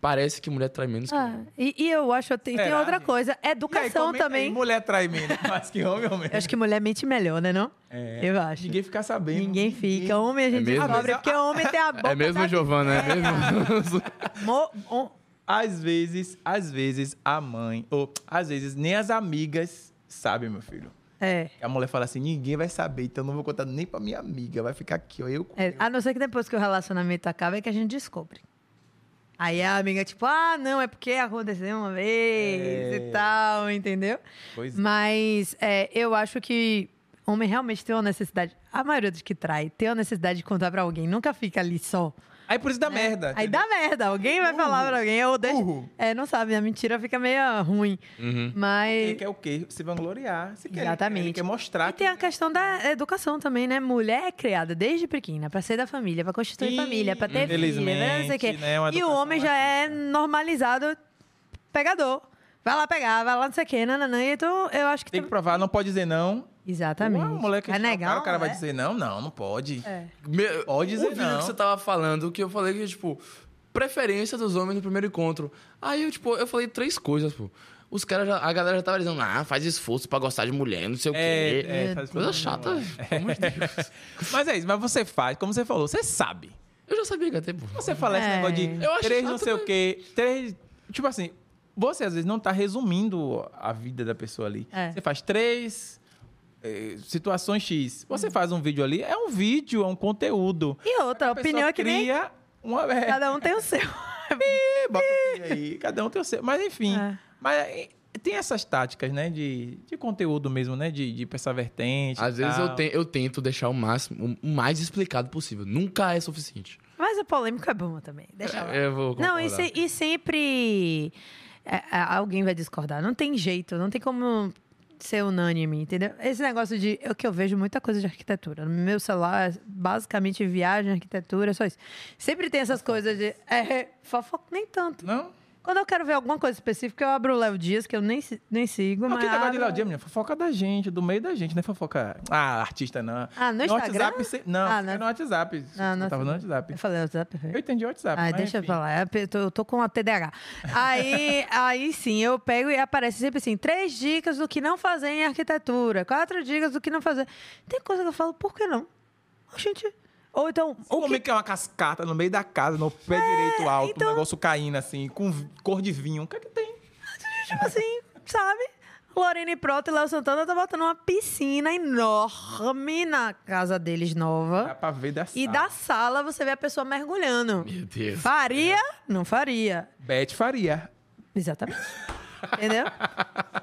parece que mulher trai menos que homem. Ah, e, e eu acho, tem, tem Será, outra gente? coisa, E aí, educação comenta aí, também. é? mulher trai menos. (laughs) Mas que homem, é homem. Eu acho que mulher mente melhor, né não? É. eu acho. Ninguém fica sabendo. Ninguém fica. Homem a gente mesmo? descobre, Ah, mas porque (laughs) homem tem a boca É mesmo, da- (laughs) Giovana? É mesmo? Mo- um, o- Às vezes, às vezes, a mãe, ou às vezes, nem as amigas sabem, meu filho. É. A mulher fala assim, ninguém vai saber, então não vou contar nem pra minha amiga. Vai ficar aqui, ó, eu com é. A não ser que depois que o relacionamento acaba é que a gente descobre. Aí a amiga, tipo, ah, não, é porque aconteceu uma vez É. e tal, entendeu? Pois é. Mas é, eu acho que homem realmente tem uma necessidade. A maioria dos que trai tem uma necessidade de contar pra alguém. Nunca fica ali só. Aí por isso dá merda. é, Aí dá merda. Alguém vai falar pra alguém. Ou deixa... Burro. Hum. É, não sabe. A mentira fica meio ruim. Ele Uhum. Mas... quer o quê? Se vangloriar. Se quer, Exatamente. Ele quer mostrar. E tem a questão da educação também, né? Mulher é criada desde pequena pra ser da família, pra constituir Sim, família, pra ter filho, né? não sei o quê. infelizmente, né? Uma E o educação homem já é normalizado pegador. Vai lá pegar, vai lá não sei o quê, nananã. Então, eu acho que Tem que provar, não pode dizer não. Exatamente. Ué, o moleque vai achar o negar, cara, o cara vai né? dizer não, não, não pode. (laughs) É. Me- Pode dizer o vídeo não. que você tava falando, que eu falei que, tipo, preferência dos homens no primeiro encontro. Aí eu, tipo, eu falei três coisas, pô. Os caras, já- a galera já tava dizendo, ah, faz esforço pra gostar de mulher, não sei o quê. É, é, faz Coisa isso. chata, pelo amor de Deus. Mas é isso, mas você faz, como você falou, você sabe. Eu já sabia que ia ter, pô. Você fala esse É. negócio de Eu acho três chato, não sei o mas- quê, três... Tipo assim, você às vezes não está resumindo a vida da pessoa ali. É. Você faz três eh, situações X. Você faz um vídeo ali, é um vídeo, é um conteúdo. E outra, Uhum. pessoa a opinião é que nem cria uma é, cada um tem o seu. (laughs) bota aí, cada um tem o seu. Mas enfim, É. mas eh, tem essas táticas, né, de, de conteúdo mesmo, né, de, de pensar vertente. Às e vezes tal. eu, te- eu tento deixar o máximo, o mais explicado possível. Nunca é suficiente. Mas a polêmica é boa também. Deixa É. lá. Eu vou Não, e, concordar. se- e sempre é, é, alguém vai discordar. Não tem jeito, não tem como ser unânime, entendeu? Esse negócio de. É o que eu vejo muita coisa de arquitetura. No meu celular, é basicamente viagem, arquitetura, só isso. Sempre tem essas coisas de. É, fofoca, nem tanto. Não? Quando eu quero ver alguma coisa específica, eu abro o Léo Dias, que eu nem, si- nem sigo, Não, mas. que tá negócio de abro- Laudia, menina? Fofoca da gente, do meio da gente, não é fofoca. Ah, artista não. Ah, no Instagram? WhatsApp, se- não, Ah, fica no- no WhatsApp. Ah, no eu tava no Eu WhatsApp. falei, Léo Dias, perfeito. Eu entendi o WhatsApp. Ah, mas deixa eu Tá enfim. falar. Eu tô, eu tô com a TDAH. (laughs) Aí, aí sim, eu pego e aparece sempre assim: três dicas do que não fazer em arquitetura, quatro dicas do que não fazer. Tem coisa que eu falo, por que não? Gente. Ou então, O o homem que, que... é uma cascata no meio da casa, no pé direito alto, então- um negócio caindo assim, com vi- cor de vinho. O que é que tem? tipo assim, (laughs) sabe? Lorena e Proto e Léo Santana estão botando uma piscina enorme na casa deles Dá nova. pra ver da E da sala você vê a pessoa mergulhando. Meu Deus. Faria? é. Não faria. Beth Faria. Exatamente. Entendeu?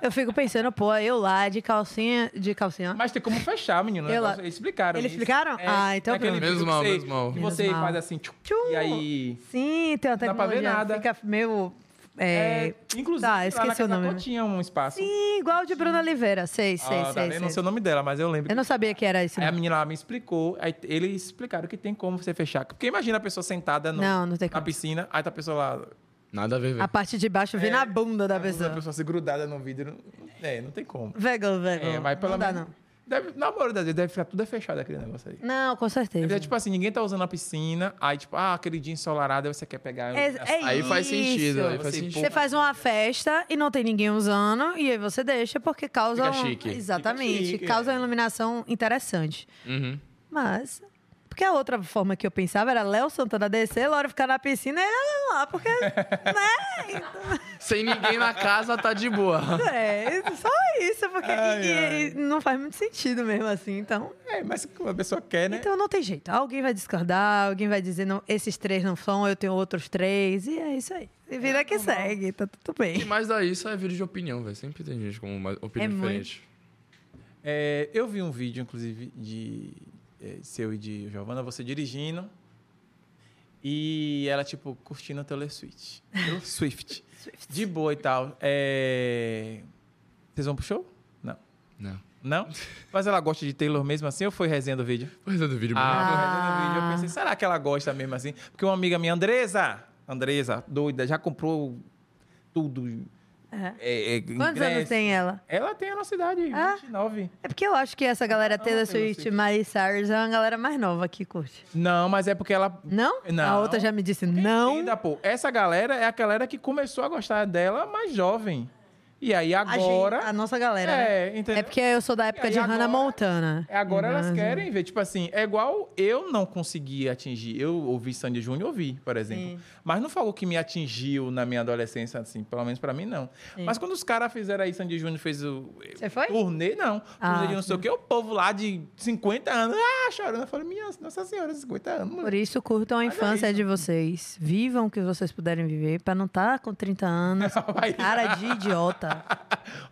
Eu fico pensando, pô, eu lá de calcinha. De calcinha. Mas tem como fechar, menino. o Eu lá- negócio- Eles explicaram. Eles isso. É, explicaram? Ah, então aquele pronto. vídeo Menos mal, que você, menos mal. que você Menos mal. faz assim, tchum, Tchum. e aí... Sim, tem Não dá uma pra tecnologia. ver nada. Fica meio. É, É... inclusive, tá, lá na esqueci o Casa da nome, Cor né? tinha um espaço. Sim, igual de Bruna Oliveira. Sei, sei, Ah, tá sei. vendo? sei. Não É, sei o nome dela, mas eu lembro. Eu não sabia que era isso. Aí a menina lá me explicou, aí eles explicaram que tem como você fechar. Porque imagina a pessoa sentada no- Não, não tem na como. piscina, aí tá a pessoa lá, Nada a ver, velho. A parte de baixo É. vem na bunda da a Tá pessoa. pessoa se grudada no vidro. É, não tem como. (laughs) Vegan, vegan. É, vai pelo não dá, menos. não. Deve, na maioria das vezes deve ficar tudo é fechado aquele negócio aí. Não, com certeza. É tipo assim, ninguém tá usando a piscina, aí tipo, ah, aquele dia ensolarado, aí você quer pegar. um- É- a- é Aí faz sentido, isso. aí faz Você sentido. Você faz uma festa e não tem ninguém usando, e aí você deixa porque causa. Fica um- chique. Exatamente. Fica chique, causa é. uma iluminação interessante. Uhum. Mas. Porque a outra forma que eu pensava era Léo Santana descer, Laura ficar na piscina e ele (laughs) lá, porque. né? Sem ninguém na casa, tá de boa. (laughs) É, só isso, porque. e- Ai, e, ai. e não faz muito sentido mesmo assim, então. É, mas como a pessoa quer, né? Então não tem jeito. Alguém vai discordar, alguém vai dizer, não, esses três não são, eu tenho outros três, e é isso aí. E vida que segue, tá tudo E bem. mais daí, isso é vídeo de opinião, velho. Sempre tem gente com uma opinião É muito. diferente. É, eu vi um vídeo, inclusive, de é, seu e de Giovana, você dirigindo. E ela, tipo, curtindo a Taylor Swift. (laughs) Taylor Swift. De boa e tal. É, Vocês vão pro show? Não. Não. Não? Mas ela gosta de Taylor mesmo assim ou foi resenha do vídeo? Pois é, do vídeo mesmo. Ah, Ah. foi resenha do vídeo. Eu pensei, será que ela gosta mesmo assim? Porque uma amiga minha, Andresa, Andresa, doida, já comprou tudo. É. É, é, Quantos anos ingresso. tem ela? Ela tem a nossa idade, Ah. 29. É porque eu acho que essa galera Não, Taylor eu não sei. Swift, Miley Cyrus, é uma galera mais nova que curte. Não, mas é porque ela Não? A Não. outra já me disse, Quem não. entenda, pô, essa galera é a galera que começou a gostar dela mais jovem. E aí A, gente- agora. a nossa galera. né? é, entendeu? É porque eu sou da época aí de Hannah agora- Montana. É Agora elas Mas- querem ver. Tipo assim, é igual eu não consegui atingir. Eu ouvi Sandy Júnior, ouvi, por exemplo. Sim. Mas não falou que me atingiu na minha adolescência, assim, pelo menos pra mim, não. Sim. Mas quando os caras fizeram aí, Sandy Júnior fez o. Você foi? Turnê, não. Ah, turnê de não sei o quê, o povo lá de 50 anos, ah, chorando. Eu falei, minha Nossa Senhora, 50 anos. Por moleque. isso, curtam a Mas é infância isso. de vocês. Vivam o que vocês puderem viver, pra não estar com 30 (laughs) anos, Vai- cara de idiota.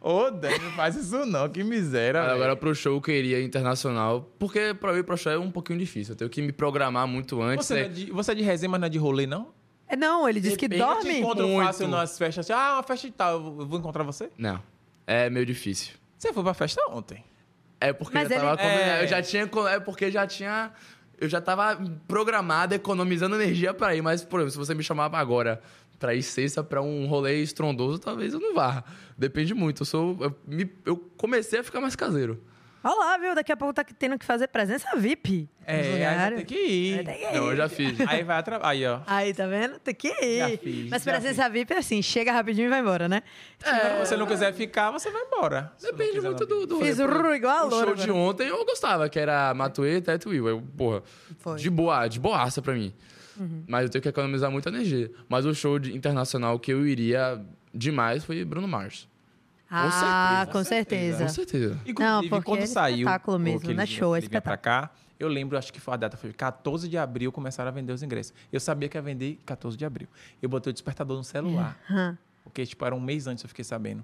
Ô, Dani, não faz isso não, que miséria. Mas velho. agora pro show eu queria internacional, porque pra eu ir pro show é um pouquinho difícil. Eu tenho que me programar muito antes. Você, né? não é de, você é de resenha, mas não é de rolê, não? É, Não, ele diz que Depende Eu te dorme. encontro Muito. fácil nas festas. assim, Ah, uma festa e tal, eu vou- eu vou encontrar você. Não. É meio difícil. Você foi pra festa ontem. É porque Mas já tava ele- combinado. É. Eu já tinha. co- É porque já tinha. Eu já tava programado, economizando energia pra ir. Mas, por exemplo, se você me chamar pra agora pra ir sexta pra um rolê estrondoso, talvez eu não vá. Depende muito. Eu sou. Eu, me- eu comecei a ficar mais caseiro. Olha lá, viu? Daqui a pouco tá tendo que fazer presença VIP. nos É, aí lugares. você tem que ir. Aí tem que ir. Não, eu já fiz. É, Aí vai atrapalhar. Aí, ó. Aí, tá vendo? Tem que ir. Já fiz, É, Mas já presença VIP é assim, chega rapidinho e vai embora, né? Se você não quiser ficar, você vai embora. Se não Depende quiser, muito não. do. do Fiz um né, rolê. Por ru exemplo, igual a O show loura de agora. ontem eu gostava, que era Matuê e Teto Will. Eu, porra, um- Foi. de boa, de boaça Uhum. pra mim. Mas eu tenho que economizar muita energia. Mas o show de- internacional que eu iria demais foi Bruno Mars. Ah, certeza, com com certeza. certeza. Com certeza. Não, Inclusive, porque quando é saiu. espetáculo mesmo, que né? eles- Show, é ele vinha pra cá. Eu lembro, acho que foi a data, foi 14 de abril, começaram a vender os ingressos. Eu sabia que ia vender 14 de abril. Eu botei o despertador no celular. Hã. Porque, tipo, era um mês antes eu fiquei sabendo.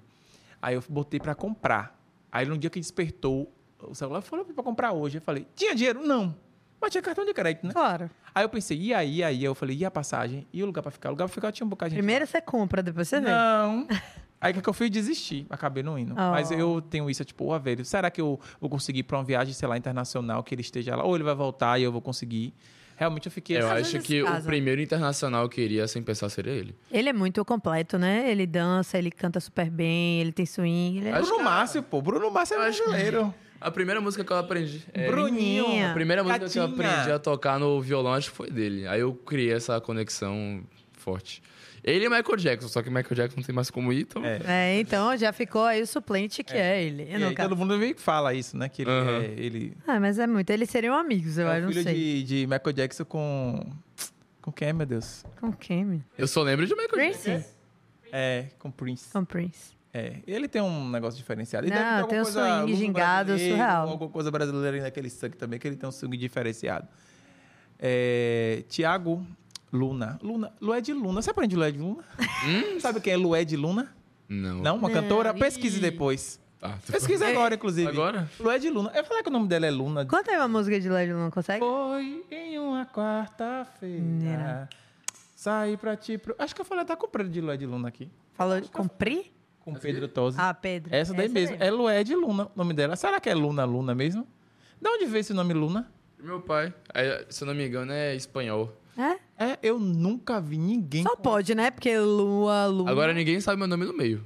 Aí eu botei pra comprar. Aí no dia que despertou, o celular falou pra comprar hoje. Eu falei, tinha dinheiro? Não. Mas tinha cartão de crédito, né? Claro. Aí eu pensei, e aí, e aí? Eu falei, e a passagem? E o lugar pra ficar? O lugar pra ficar tinha um bocado de gente. Primeiro você compra, depois você vê. Não. Aí o que que eu fui desistir, acabei não indo. Oh. Mas eu tenho isso, tipo, ô velho, será que eu vou conseguir ir pra uma viagem, sei lá, internacional, que ele esteja lá, ou ele vai voltar e eu vou conseguir? Realmente eu fiquei Eu assim, às acho vezes que o casa. primeiro internacional que iria sem pensar seria ele. Ele é muito completo, né? Ele dança, ele canta super bem, ele tem swing. Ele é... acho Bruno que- Márcio, pô, Bruno Márcio é Eu acho que- (laughs) brasileiro. A primeira música que eu aprendi. é, Bruninho. a primeira música que eu Gatinha. aprendi a tocar no violão, acho que foi dele. Aí eu criei essa conexão forte. Ele e Michael Jackson, só que Michael Jackson não tem mais como ir, então. É. É, então já ficou aí o suplente que é, ele. Eu E aí nunca- todo mundo meio que fala isso, né? Que ele, Aham. é, ele Ah, mas é muito. Eles seriam amigos, eu é acho, o não filho sei. de, de Michael Jackson com... Com quem, meu Deus? Com quem? meu? Eu só lembro de Michael Jackson. Prince? É, com Prince. Com Prince. É, ele tem um negócio diferenciado. Ele Não, deve ter tem um alguma coisa, swing algum gingado, brasileiro, surreal. Alguma coisa brasileira aí naquele sangue também, que ele tem um sangue diferenciado. É, Tiago Luna. Luna. Lué de Luna. Você aprende Lué é de Luna? Sabe quem é Lué de Luna? Não. Não, uma Não, cantora? ih. Pesquise depois. Ah, tá. Pesquise agora, inclusive. Agora? Lué de Luna. Eu falei que o nome dela é Luna. Conta aí uma música de Led não consegue? Foi em uma quarta-feira. Nera. Saí pra ti. Pro... Acho que eu falei, tá comprando de Lué de Luna aqui. Falou de cumprir? Com Pedro Tosi. Ah, Pedro. Essa daí mesmo. daí. É Lué de Luna, o nome dela. Será que é Luna Luna mesmo? De onde veio esse nome Luna? Meu pai, é, se eu não me engano, é espanhol. É? É, eu nunca vi ninguém. Só com- pode, né? Porque lua, lua. Agora ninguém sabe meu nome do meio.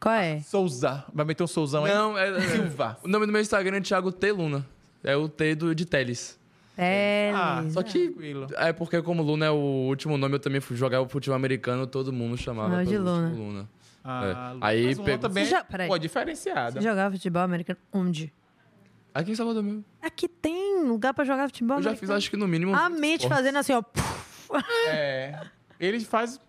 Qual é? Souza. Vai meter um Souzão aí? Não, é, é- Silva. O nome do meu Instagram é Thiago T. Luna. É o T do, de Teles. É. Ah, Só que. Tranquilo. É porque, como Luna é o último nome, eu também fui jogar o futebol americano, todo mundo chamava Chamava é de pelo Luna. último Luna. Ah, É. Luna. Aí Mas Luna pegou- também. Você já- peraí. Pô, diferenciada. Você jogava futebol americano onde? Aqui em Salvador mesmo. Aqui tem lugar pra jogar futebol Eu já fiz, americano. acho que no um mínimo. A vinte mente esportes. fazendo assim, ó. puf. É. Ele faz.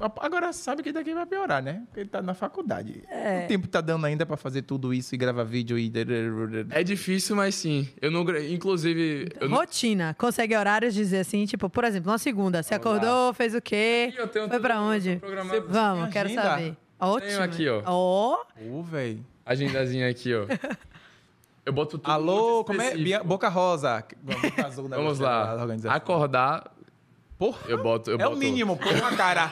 Agora sabe que daqui vai piorar, né? Porque ele tá na faculdade. É. O tempo tá dando ainda pra fazer tudo isso e gravar vídeo e. É difícil, mas sim. Eu não. gra- Inclusive. Eu não... Rotina. Consegue horários dizer assim, tipo, por exemplo, na segunda, você Vamos lá. acordou, fez o quê? Eu tenho Foi um tudo pra onde? programado. Vamos, Tem quero agenda? saber. Ótimo. Tenho aqui, ó. Ó, Ô, velho. Agendazinha aqui, (laughs) ó. Eu boto tudo. Alô, muito como é? específico. Bia- Boca Rosa. Boca Azul na Vamos lá. organização. Acordar, Porra. eu boto. Eu é o boto- mínimo, (laughs) porra, cara.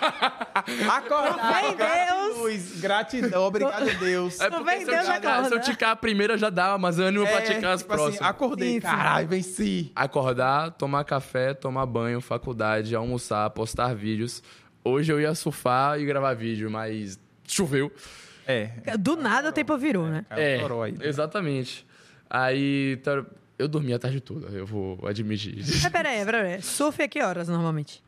Acordar. Meu Deus. Gratidão, obrigado, Deus. É Não porque vem se eu, Deus ticar, acorda. se eu ticar a primeira já dá mais ânimo pra ticar as tipo assim, próximas. acordei, Isso. caralho, venci. Acordar, tomar café, tomar banho, faculdade, almoçar, postar vídeos. Hoje eu ia surfar e gravar vídeo, mas choveu. É, do nada o tempo virou, né? cara, é, toró aí. exatamente. Aí tá- eu dormi a tarde toda, eu vou admitir. Mas peraí, peraí. Surf é que horas normalmente?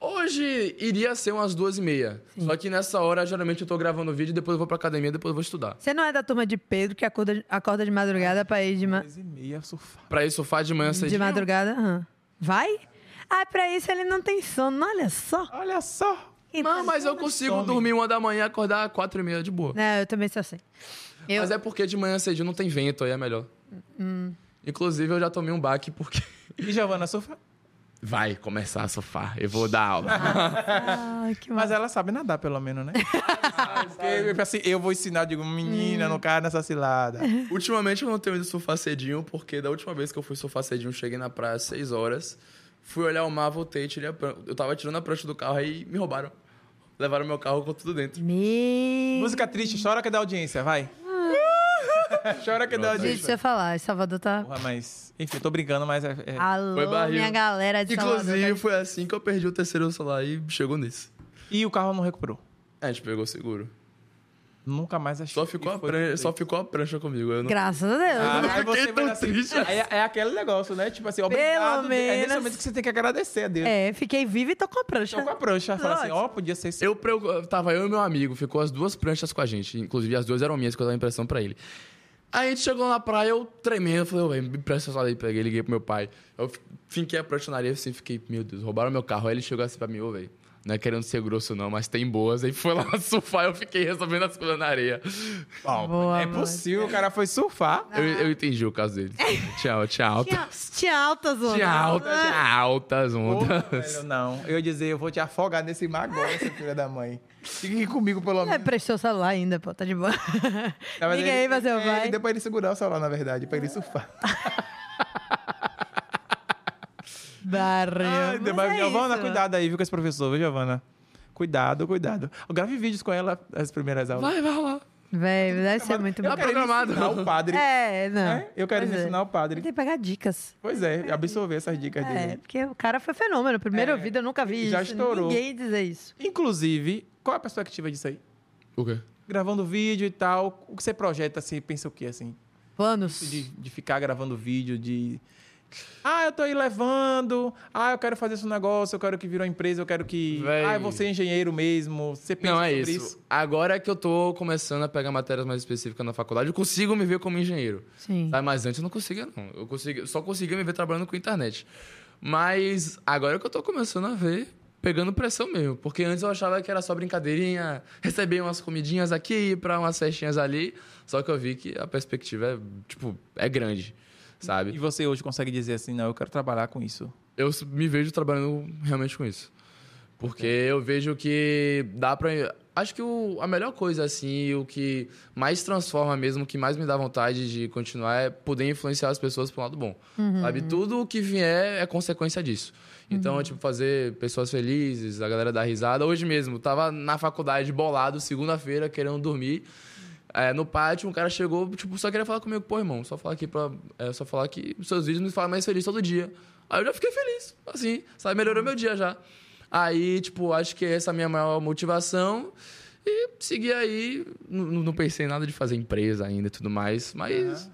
Hoje iria ser umas duas e meia. Só que nessa hora, geralmente, eu tô gravando vídeo, depois eu vou pra academia, depois eu vou estudar. Você não é da turma de Pedro que acorda, acorda de madrugada pra ir de, ma- Três e meia, surfar. Pra ir surfar de manhã de cedinho. madrugada? Aham. Vai? Ah, pra isso ele não tem sono, olha só. Então, Olha só. Não, mas eu consigo Some. dormir uma da manhã, acordar quatro e meia de boa. Não, eu também sou assim. Eu... Mas é porque de manhã cedinho não tem vento, aí é melhor. Inclusive, eu já tomei um baque porque. E Giovana surfa? Vai começar a surfar, eu vou dar aula. Ai, que Mas massa. ela sabe nadar, pelo menos, (laughs) né? Ah, Porque, eu, assim, eu vou ensinar, eu digo, Hum. menina, não cai nessa (laughs) cilada. (laughs) Ultimamente eu não tenho ido surfar cedinho, porque da última vez que eu fui surfar cedinho, eu cheguei na praia às seis horas, fui olhar o mar, voltei, tirei a prancha. Eu tava tirando a prancha do carro aí me roubaram. Levaram meu carro com tudo dentro. Meu... Música triste, chora que dá audiência, vai. Ah. (laughs) chora é que dá Gente, audiência. se eu falar, Salvador tá... Porra, mas, enfim, eu tô brincando, mas é- é, Alô, Foi barril. minha galera de Inclusive, Salvador. foi assim que eu perdi o terceiro celular e chegou nesse. É, E o carro não recuperou. A gente pegou o seguro. Nunca mais achei. Só ficou, a prancha, só ficou a prancha comigo. Eu não... Graças a Deus. Ah, né? aí você Fiquei vai tão assim, triste. é, é aquele negócio, né? Tipo assim, obrigado. É nesse menos. momento que você tem que agradecer a Deus. É, fiquei viva e tô com a prancha. Então com a prancha, fala assim, ó, podia ser esse. Eu preu- tava eu e meu amigo, ficou as duas pranchas com a gente. Inclusive, as duas eram minhas, que eu dava impressão pra ele. Aí a gente chegou na praia, eu tremendo, falei, "Ué, me empresta essa daí, peguei, liguei pro meu pai. Eu fi- finquei a prancha na areia, assim, fiquei, meu Deus, roubaram meu carro. Aí ele chegou assim pra mim, ô, velho, Não é querendo ser grosso, não, mas tem boas. Aí foi lá (laughs) surfar e eu fiquei resolvendo as coisas na areia. Bom, Boa, é mano. possível, o cara foi surfar. Eu, eu entendi o caso dele. Tchau, tchau. Tinha, tinha altas ondas. Tinha altas, né? tinha altas Porra, ondas. velho, não. Eu ia dizer, eu vou te afogar nesse mar agora, seu filho da mãe. Fica aqui comigo, pelo É, menos. prestou o celular ainda, pô, tá de boa. Na verdade, Liga aí, ele- mas eu é, vai. Ah, Deu pra ele segurar o celular, na verdade, pra ele surfar. Barrio. Ai, Mas mas, é Giovana, isso. cuidado aí, viu, com esse professor, viu, Giovana? Cuidado, cuidado. Eu grave vídeos com ela as primeiras aulas. Vai, vai lá. Véi, deve ser muito eu bom. quero Programado. ensinar o padre. tá É, não. né? Eu quero Pois é. ensinar o Tem padre. que pegar dicas. Pois é, absorver essas dicas É, dele. porque o cara foi fenômeno. Primeiro né? É, ouvido, eu nunca vi já isso. estourou. Ninguém dizer isso. Inclusive, qual a perspectiva disso aí? O quê? Gravando vídeo e tal, o que você projeta, você pensa o quê, assim? Planos. Isso de, de ficar gravando vídeo, de... Ah, eu tô aí levando. Ah, eu quero fazer esse negócio, eu quero que vire uma empresa, eu quero que... Véi. Ah, eu vou ser engenheiro mesmo. Você pensa Não, é sobre isso. Agora que eu tô começando a pegar matérias mais específicas na faculdade, eu consigo me ver como engenheiro. Sim. Sabe? Mas antes eu não conseguia, não. Eu consegui- só conseguia me ver trabalhando com internet. Mas agora que eu tô começando a ver, pegando pressão mesmo. Porque antes eu achava que era só brincadeirinha, receber umas comidinhas aqui, ir pra umas festinhas ali. Só que eu vi que a perspectiva é, tipo, é grande, E sabe? você hoje consegue dizer assim, não, eu quero trabalhar com isso. Eu s- me vejo trabalhando realmente com isso. Porque eu vejo que dá pra. Acho que o- a melhor coisa, assim, o que mais transforma mesmo, o que mais me dá vontade de continuar é poder influenciar as pessoas para um lado bom. Sabe? Tudo o que vier é consequência disso. Então, tipo, fazer pessoas felizes, a galera dar risada. Hoje mesmo, tava na faculdade bolado, segunda-feira, querendo dormir. É, no pátio, um cara chegou, tipo, só queria falar comigo, pô, irmão, só falar aqui pra. é, só falar que seus vídeos me fazem mais feliz todo dia. Aí eu já fiquei feliz, assim, sabe? Melhorou meu dia já. Aí, tipo, acho que essa é a minha maior motivação. E segui aí. N- n- Não pensei em nada de fazer empresa ainda e tudo mais, mas.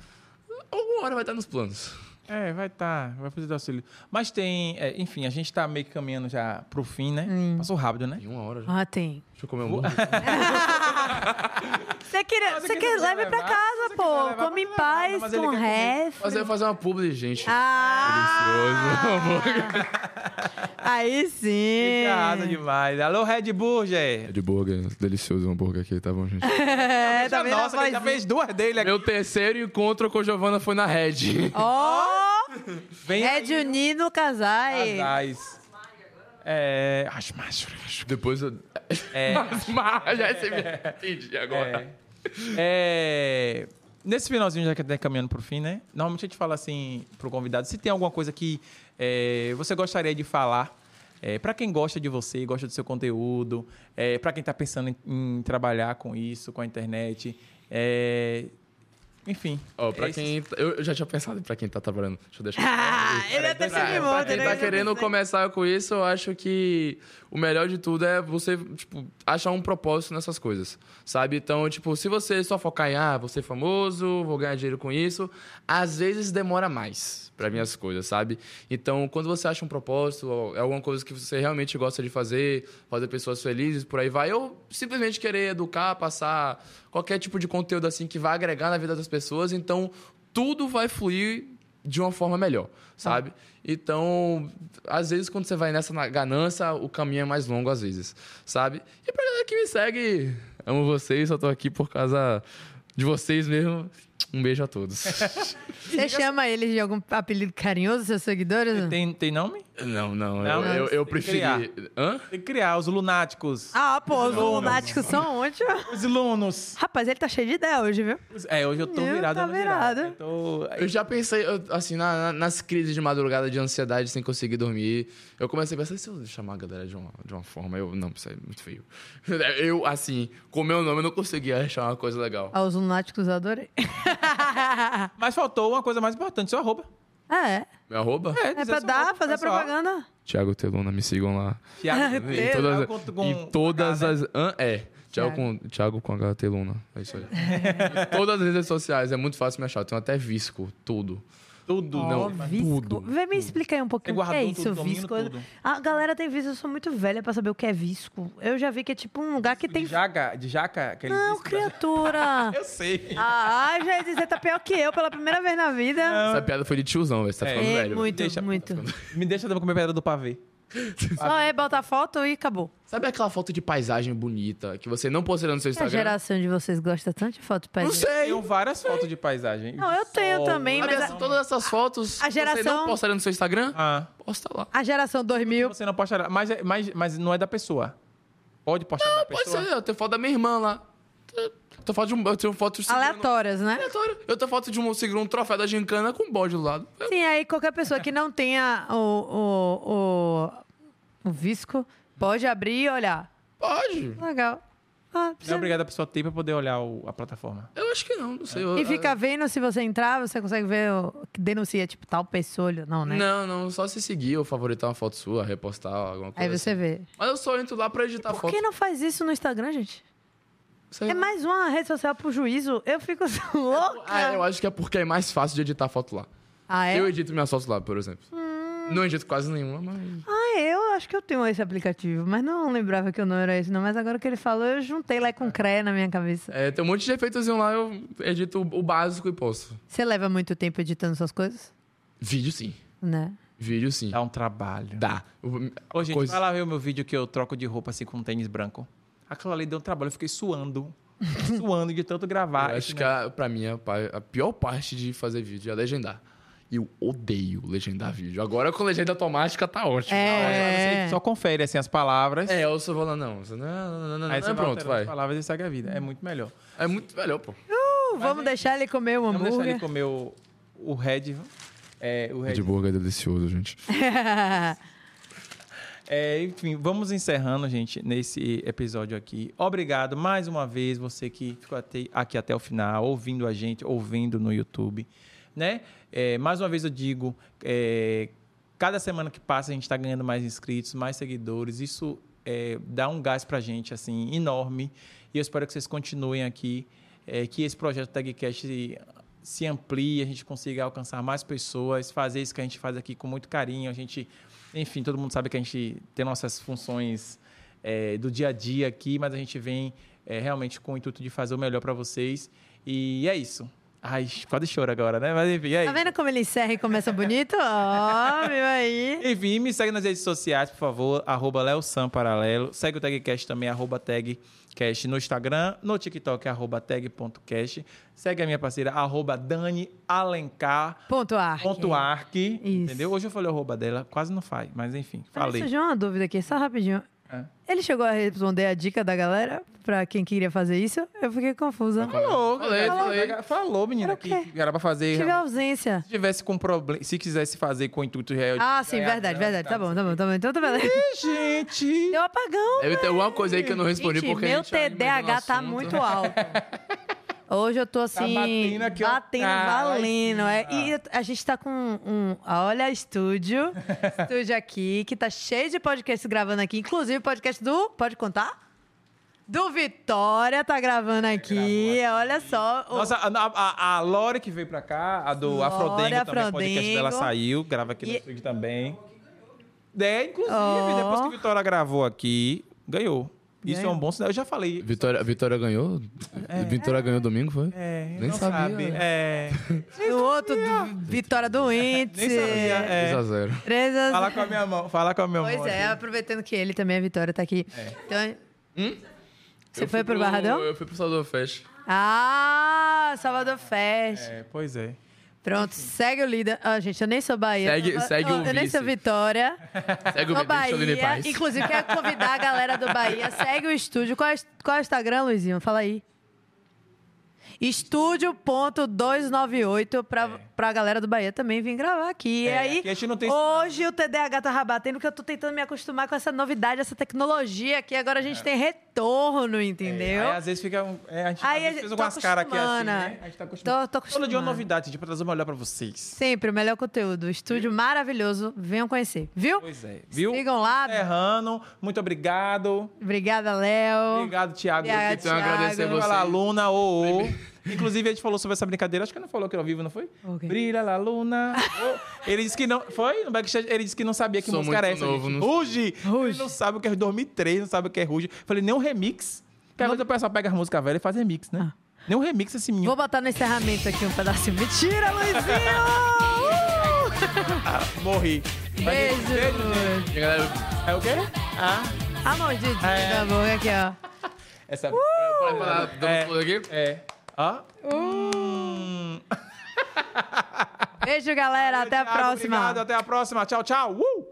Alguma hora vai estar nos planos. É, vai estar, vai fazer do auxílio. Mas tem, é, enfim, a gente tá meio que caminhando já pro fim, né? Passou rápido, né? Em uma hora já. Ah, tem. Deixa eu comer um hambúrguer. Você quer, Mas você quem quer quiser leve pra levar, se casa, você quiser pô. levar, Come em pode levar, paz, mas ele com quer comer. ref. fazer, fazer uma publi, gente. Ah! (laughs) Aí sim. Fica asa demais. Alô, Red Burger! É de burger, delicioso o hambúrguer aqui, tá bom, gente? É, tá vendo a Nossa, que já vozinha? fez duas dele aqui. Meu terceiro encontro com a Giovana foi na (laughs) Red. Ó, Vem é aí, de unir no casais. casais. É. Acho mais. Depois eu. (laughs) É. já você me entendi agora. É. É, Nesse finalzinho, já que tá caminhando pro fim, né? Normalmente a gente fala assim pro convidado, se tem alguma coisa que é, você gostaria de falar. É, para quem gosta de você, gosta do seu conteúdo, é, para quem tá pensando em, em trabalhar com isso, com a internet, é, enfim. Ó, pra É isso. quem. tá- Eu eu já tinha pensado pra quem tá trabalhando. Deixa eu deixar. Ah, ele até se Pra- mimou, pra quem né? tá Eu querendo pensei. começar com isso, eu acho que o melhor de tudo é você, tipo, achar um propósito nessas coisas, sabe? Então, tipo, se você só focar em, ah, vou ser famoso, vou ganhar dinheiro com isso, às vezes demora mais pra minhas coisas, sabe? Então, quando você acha um propósito, ou é alguma coisa que você realmente gosta de fazer, fazer pessoas felizes, por aí vai, ou simplesmente querer educar, passar qualquer tipo de conteúdo assim que vai agregar na vida das pessoas, então tudo vai fluir de uma forma Tá. melhor, sabe? Então, às vezes, quando você vai nessa na- ganância, o caminho é mais longo, às vezes, sabe? E pra galera que me segue, amo vocês, só tô aqui por causa de vocês mesmo. Um beijo a (laughs) todos. Você chama eles de algum apelido carinhoso, seus seguidores? Tem, tem nome? não, não, Não, eu, eu, eu tem que criar. preferi. Hã? Tem que criar os lunáticos. Ah, pô, os Não, lunáticos são onde? Os lunos. Rapaz, ele tá cheio de ideia hoje, viu? Os- É, hoje eu tô Eu virado. tá no geral. virado. Eu tô- Eu já pensei, eu, assim, na- na- nas crises de madrugada, de ansiedade, sem conseguir dormir. Eu comecei a pensar, se eu chamar a galera de uma, de uma forma, eu, não, isso é muito feio. (laughs) Eu, assim, com meu nome, eu não conseguia achar uma coisa legal. Ah, os lunáticos eu adorei. Mas faltou uma coisa mais importante, seu arroba. ah, é. Meu arroba? É dizer pra seu dar, arroba pro fazer a pessoal. propaganda. Tiago Teluna, me sigam lá. Thiago, Em todas, eu conto com- em todas com H, as. né? hã? É. Thiago com, Thiago com H Teluna. É (laughs) isso aí. Em todas as redes sociais, é muito fácil me achar. Eu tenho até visco, tudo. Tudo. Não, Ó, visco. tudo. Vem me explicar aí um pouquinho Você o que é guardou tudo, isso, domina visco. tudo. A galera tem visco, eu sou muito velha pra saber o que é visco. Eu já vi que é tipo um lugar que tem. De jaca, de jaca, é aquele tá? Não, (laughs) disco da- criatura! Eu sei. ah, ai, já ia dizer, tá pior que eu pela primeira vez na vida. Essa piada foi de tiozão, velho. Você tá Ah. É. ficando é velho. muito, Deixa- muito. Me deixa comer pedra do pavê. Só é botar foto e acabou. Sabe aquela foto de paisagem bonita que você não postaria no seu É A Instagram? geração de vocês gosta tanto de foto pra Não gente. sei. Tenho várias fotos de paisagem. Não, eu tenho também, Sabe mas essa- a, todas essas fotos a que você geração- não postaria no seu Instagram? Ah, Posta lá. a geração 2000. você não posta. Mas, é- mas, mas não é da pessoa. Pode postar da Pode pessoa. ser, eu tenho foto da minha irmã lá. Eu tenho foto de um. Eu tenho foto de Aleatórias, né? Aleatório. Eu tenho foto de um, segurando um troféu da gincana com um bode do lado. Sim, aí qualquer pessoa que não tenha o, o, o, o visco pode abrir e olhar. Pode. Legal. Ah, Não precisa- é obrigado a pessoa ter pra poder olhar o- a plataforma. Eu acho que não, não sei. Eu- É. E fica vendo se você entrar, você consegue ver o que denuncia, tipo, tal pessoa, não, né? Não, não, só se seguir ou favoritar uma foto sua, repostar alguma coisa. Aí você assim. vê. Mas eu só entro lá pra editar Por foto. que não faz isso no Instagram, gente? Sei É lá. mais uma rede social pro juízo. Eu fico (laughs) louca. Ah, eu acho que é porque é mais fácil de editar foto lá. Ah, é? Hum. Eu edito minhas fotos lá, por exemplo. Não edito quase nenhuma, mas. Ah, eu acho que eu tenho esse aplicativo, mas não lembrava que o nome era esse, não. Mas agora que ele falou, eu juntei lá com CRE na minha cabeça. É, tem um monte de efeitozinho lá, eu edito o básico e posto. Você leva muito tempo editando suas coisas? Vídeo sim. Né? Vídeo sim. Dá um trabalho. Dá. Ô, gente, Coisa- vai lá ver o meu vídeo que eu troco de roupa assim com um tênis branco. Aquilo ali deu um trabalho, eu fiquei suando. suando de tanto gravar. Eu acho que é a, pra mim a, pa- a pior parte de fazer vídeo é legendar. E eu odeio legendar vídeo. Agora com legenda automática tá ótimo. É. Você só confere assim as palavras. É, eu só vou lá, não. você- Não, não, não, não, Aí não, você vai pronto, alterando vai. as palavras e segue a vida. É muito melhor. É muito melhor, pô. Uh, vamos deixar ele comer o Vamos deixar Um hambúrguer. ele comer o, o Red. É, o Red. Edburgo é delicioso, gente. É, enfim, vamos encerrando, gente, nesse episódio aqui. Obrigado mais uma vez, você que ficou até- aqui até o final, ouvindo a gente, ouvindo no YouTube. Né? É, mais uma vez eu digo: é, cada semana que passa a gente está ganhando mais inscritos, mais seguidores. Isso é, dá um gás pra gente, assim, enorme. E eu espero que vocês continuem aqui, é, que esse projeto Tagcast se amplie, a gente consiga alcançar mais pessoas, fazer isso que a gente faz aqui com muito carinho. A gente, enfim, todo mundo sabe que a gente tem nossas funções eh, do dia a dia aqui, mas a gente vem eh, realmente com o intuito de fazer o melhor para vocês. E é isso. Ai, quase choro agora, né? Mas enfim, é (laughs) Tá isso. vendo como ele encerra e começa bonito? Ó, viu aí? Enfim, me segue nas redes sociais, por favor, arroba Leosan Paralelo. Segue o Tagcast também, arroba Tagcast no Instagram, no TikTok, arroba tag.cast. Segue a minha parceira, arroba Dani Alencar. Ponto arc. Ponto arc, entendeu? Isso. Hoje eu falei a rouba dela, quase não faz, mas enfim, Falei. falei. Surgiu uma dúvida aqui, só rapidinho. É. Ele chegou a responder a dica da galera pra quem queria fazer isso? Eu fiquei confusa. Falou, Falei, cara. falei. falou, menina, Era o que quê? que era pra fazer. Tive realmente. ausência. Se tivesse com problema, se quisesse fazer com o intuito real. de Ah, sim, ganhar verdade, grana, verdade. tá, Tá bom, tá bom, tá bom. Então tá beleza. Gente, Deu apagão. Deve ter alguma coisa aí que eu não respondi Gente, porque. a meu gente ainda não TDAH tá assunto. Tá muito (laughs) alto. Hoje eu tô assim, batendo aqui, ó. batendo, Ah, lá em valendo. é. cima. e eu- a gente tá com um, olha, (laughs) estúdio, estúdio aqui, que tá cheio de podcasts gravando aqui, inclusive o podcast do, pode contar? Do Vitória tá gravando aqui, olha só. o- nossa, a, a, a Lore que veio pra cá, a do Lore, Afrodengo também, o podcast Afrodengo. dela saiu, grava aqui no E- estúdio também. É, inclusive, Ó. depois que Vitória gravou aqui, ganhou. Isso Ganhou. é um bom sinal. Eu já falei. Vitória, Vitória ganhou? É, Vitória ganhou domingo, foi? É, Nem não sabia, sabe. né? É. o outro, do- Vitória do Nem Índice. sabia. É. 3x0. Três a- Fala com a minha mão, fala com a minha mão. Pois é, aqui. aproveitando que ele também, a Vitória, tá aqui. Então, Você É. Hum? Eu foi fui pro Barradão? Eu fui pro Salvador Fest. Ah, Salvador Fest. É, pois é. Pronto, segue o líder. Ah, gente, eu nem sou Bahia. Segue- eu, segue eu, o Eu nem sou vice. Vitória. Segue o vídeo, deixa Sou Bahia. eu ler em paz. Inclusive, quero convidar a galera do (laughs) Bahia. Segue o estúdio. Qual é, qual é o Instagram, Luizinho? Fala aí. Estúdio.298 pra, É. pra galera do Bahia também vir gravar aqui. e É, aí, aqui a gente não tem- hoje o TDAH tá rabatendo, porque eu tô tentando me acostumar com essa novidade, essa tecnologia aqui. Agora a gente tem retorno, entendeu? Aí, às vezes fica. um- é, a gente Aí, às vezes eu fez tô algumas caras aqui assim, acostumando. né? A gente tá acostumado. Tô- tô Todo dia acostumando. uma novidade, gente, pra trazer uma melhor pra vocês. Sempre o melhor conteúdo. Estúdio maravilhoso. Venham conhecer, viu? Pois é, viu? Sigam lá. Errando, muito obrigado. Obrigada, Léo. Obrigado, Thiago. Obrigada, Então, eu Thiago. agradecer você. Brilha lá, Luna, ô, ô. Inclusive, a gente falou sobre essa brincadeira. Acho que não falou aqui ao vivo, não foi? O quê? Brilha lá, (laughs) Luna. ô. Ele disse que não. Foi? No backstage, ele disse que não sabia que Sou música era muito essa. novo, gente. não- Ruge! Ele Ruge. não sabe o que é 2003, não sabe o que é Ruge. Falei, nem um remix. Porque agora o pessoal pega as músicas velhas e faz remix, né? Nem um remix esse menino. Ah. Vou botar (laughs) no encerramento aqui um pedacinho. Mentira, Luizinho! Uh! Ah, Morri. Beijo. E a galera, É o quê? Ah. A maldita É. da boca aqui, ó. Uh! Essa. pra falar, dando É. tudo aqui. É. Ó. Hum. Beijo, galera. Até a Thiago, próxima. Obrigado, até a próxima. Tchau, tchau. Uh!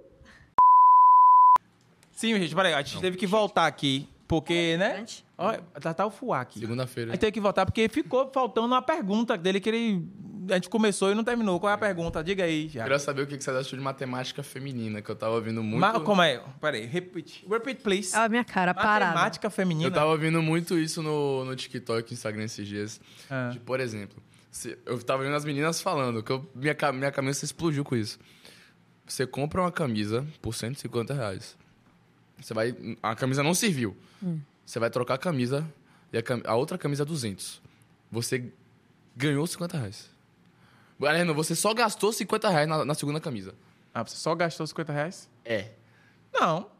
Sim, gente, peraí. A gente teve que voltar aqui, porque, né? importante. Olha, tá, tá o fuá aqui. A Segunda-feira. gente teve que voltar porque ficou faltando uma pergunta dele que ele. A gente começou e não terminou. Qual é a pergunta? Diga aí, já. Queria saber o que que você achou de matemática feminina, que eu tava ouvindo muito. Ma- como é? Peraí, repeat. Repeat, please. Olha a minha cara, tá parada. Matemática feminina. Eu tava ouvindo muito isso no, no TikTok, Instagram esses dias. Ah. De, por exemplo, se- eu tava vendo as meninas falando, que eu- minha, ca- minha cabeça explodiu com isso. Você compra uma camisa por 150 reais. Você vai. A camisa não serviu. Você vai trocar a camisa e a, cam- a outra camisa é 200. Você ganhou 50 reais. Aliás, não, você só gastou 50 reais na, na segunda camisa. Ah, você só gastou 50 reais? É. Não.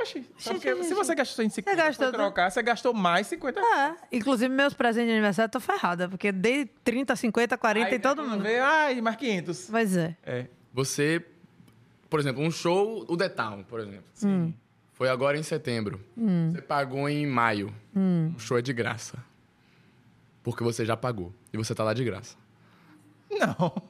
Oxi, sabe Gente, por quê? gente, se você gastou em 50 Você gastou for trocar, você gastou mais 50 reais. Ah, inclusive, meus presentes de aniversário eu tô ferrada, porque dei 30, 50, 40 Aí tá e todo mundo. né? Vê, ai, mais 500. Pois é. É. Você, por exemplo, um show, o The Town, por exemplo. Hum. Foi agora em setembro. Você pagou em maio. O show é de graça. Porque você já pagou. E você tá lá de graça. Não.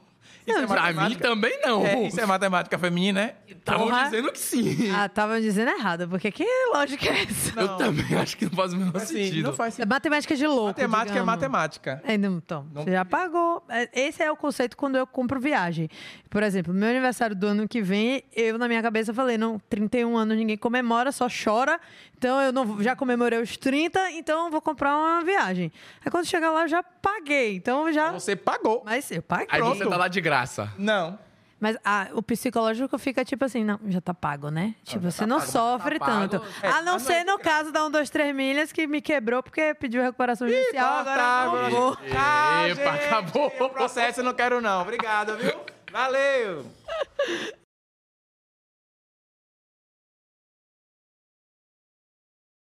Isso é pra mim matemática? também não. É, isso é matemática feminina, né? Estavam Porra. dizendo que sim. Ah, tava dizendo errado, porque que lógica é essa? Eu também acho que não faz o menor Assim, sentido. não faz É sentido. matemática de louco. Matemática é digamos. matemática. É, não, então, Não você já pagou. É, Esse é o conceito quando eu compro viagem. Por exemplo, meu aniversário do ano que vem, eu na minha cabeça falei, não, 31 anos ninguém comemora, só chora. Então eu não já comemorei os 30, então eu vou comprar uma viagem. Aí quando chegar lá eu já paguei. Então eu já Você pagou. mas eu paguei. Aí você tá lá de graça. Não. Mas ah, o psicológico fica tipo assim, não, já tá pago, né? Tipo, você não sofre tá pago. tanto. É, a mas não não é ser de no caso da 1, 2, 3 milhas que me quebrou porque pediu recuperação judicial, agora eu não vou. Tchau, Epa, gente. acabou. O processo eu não quero não. Obrigado, viu? Valeu.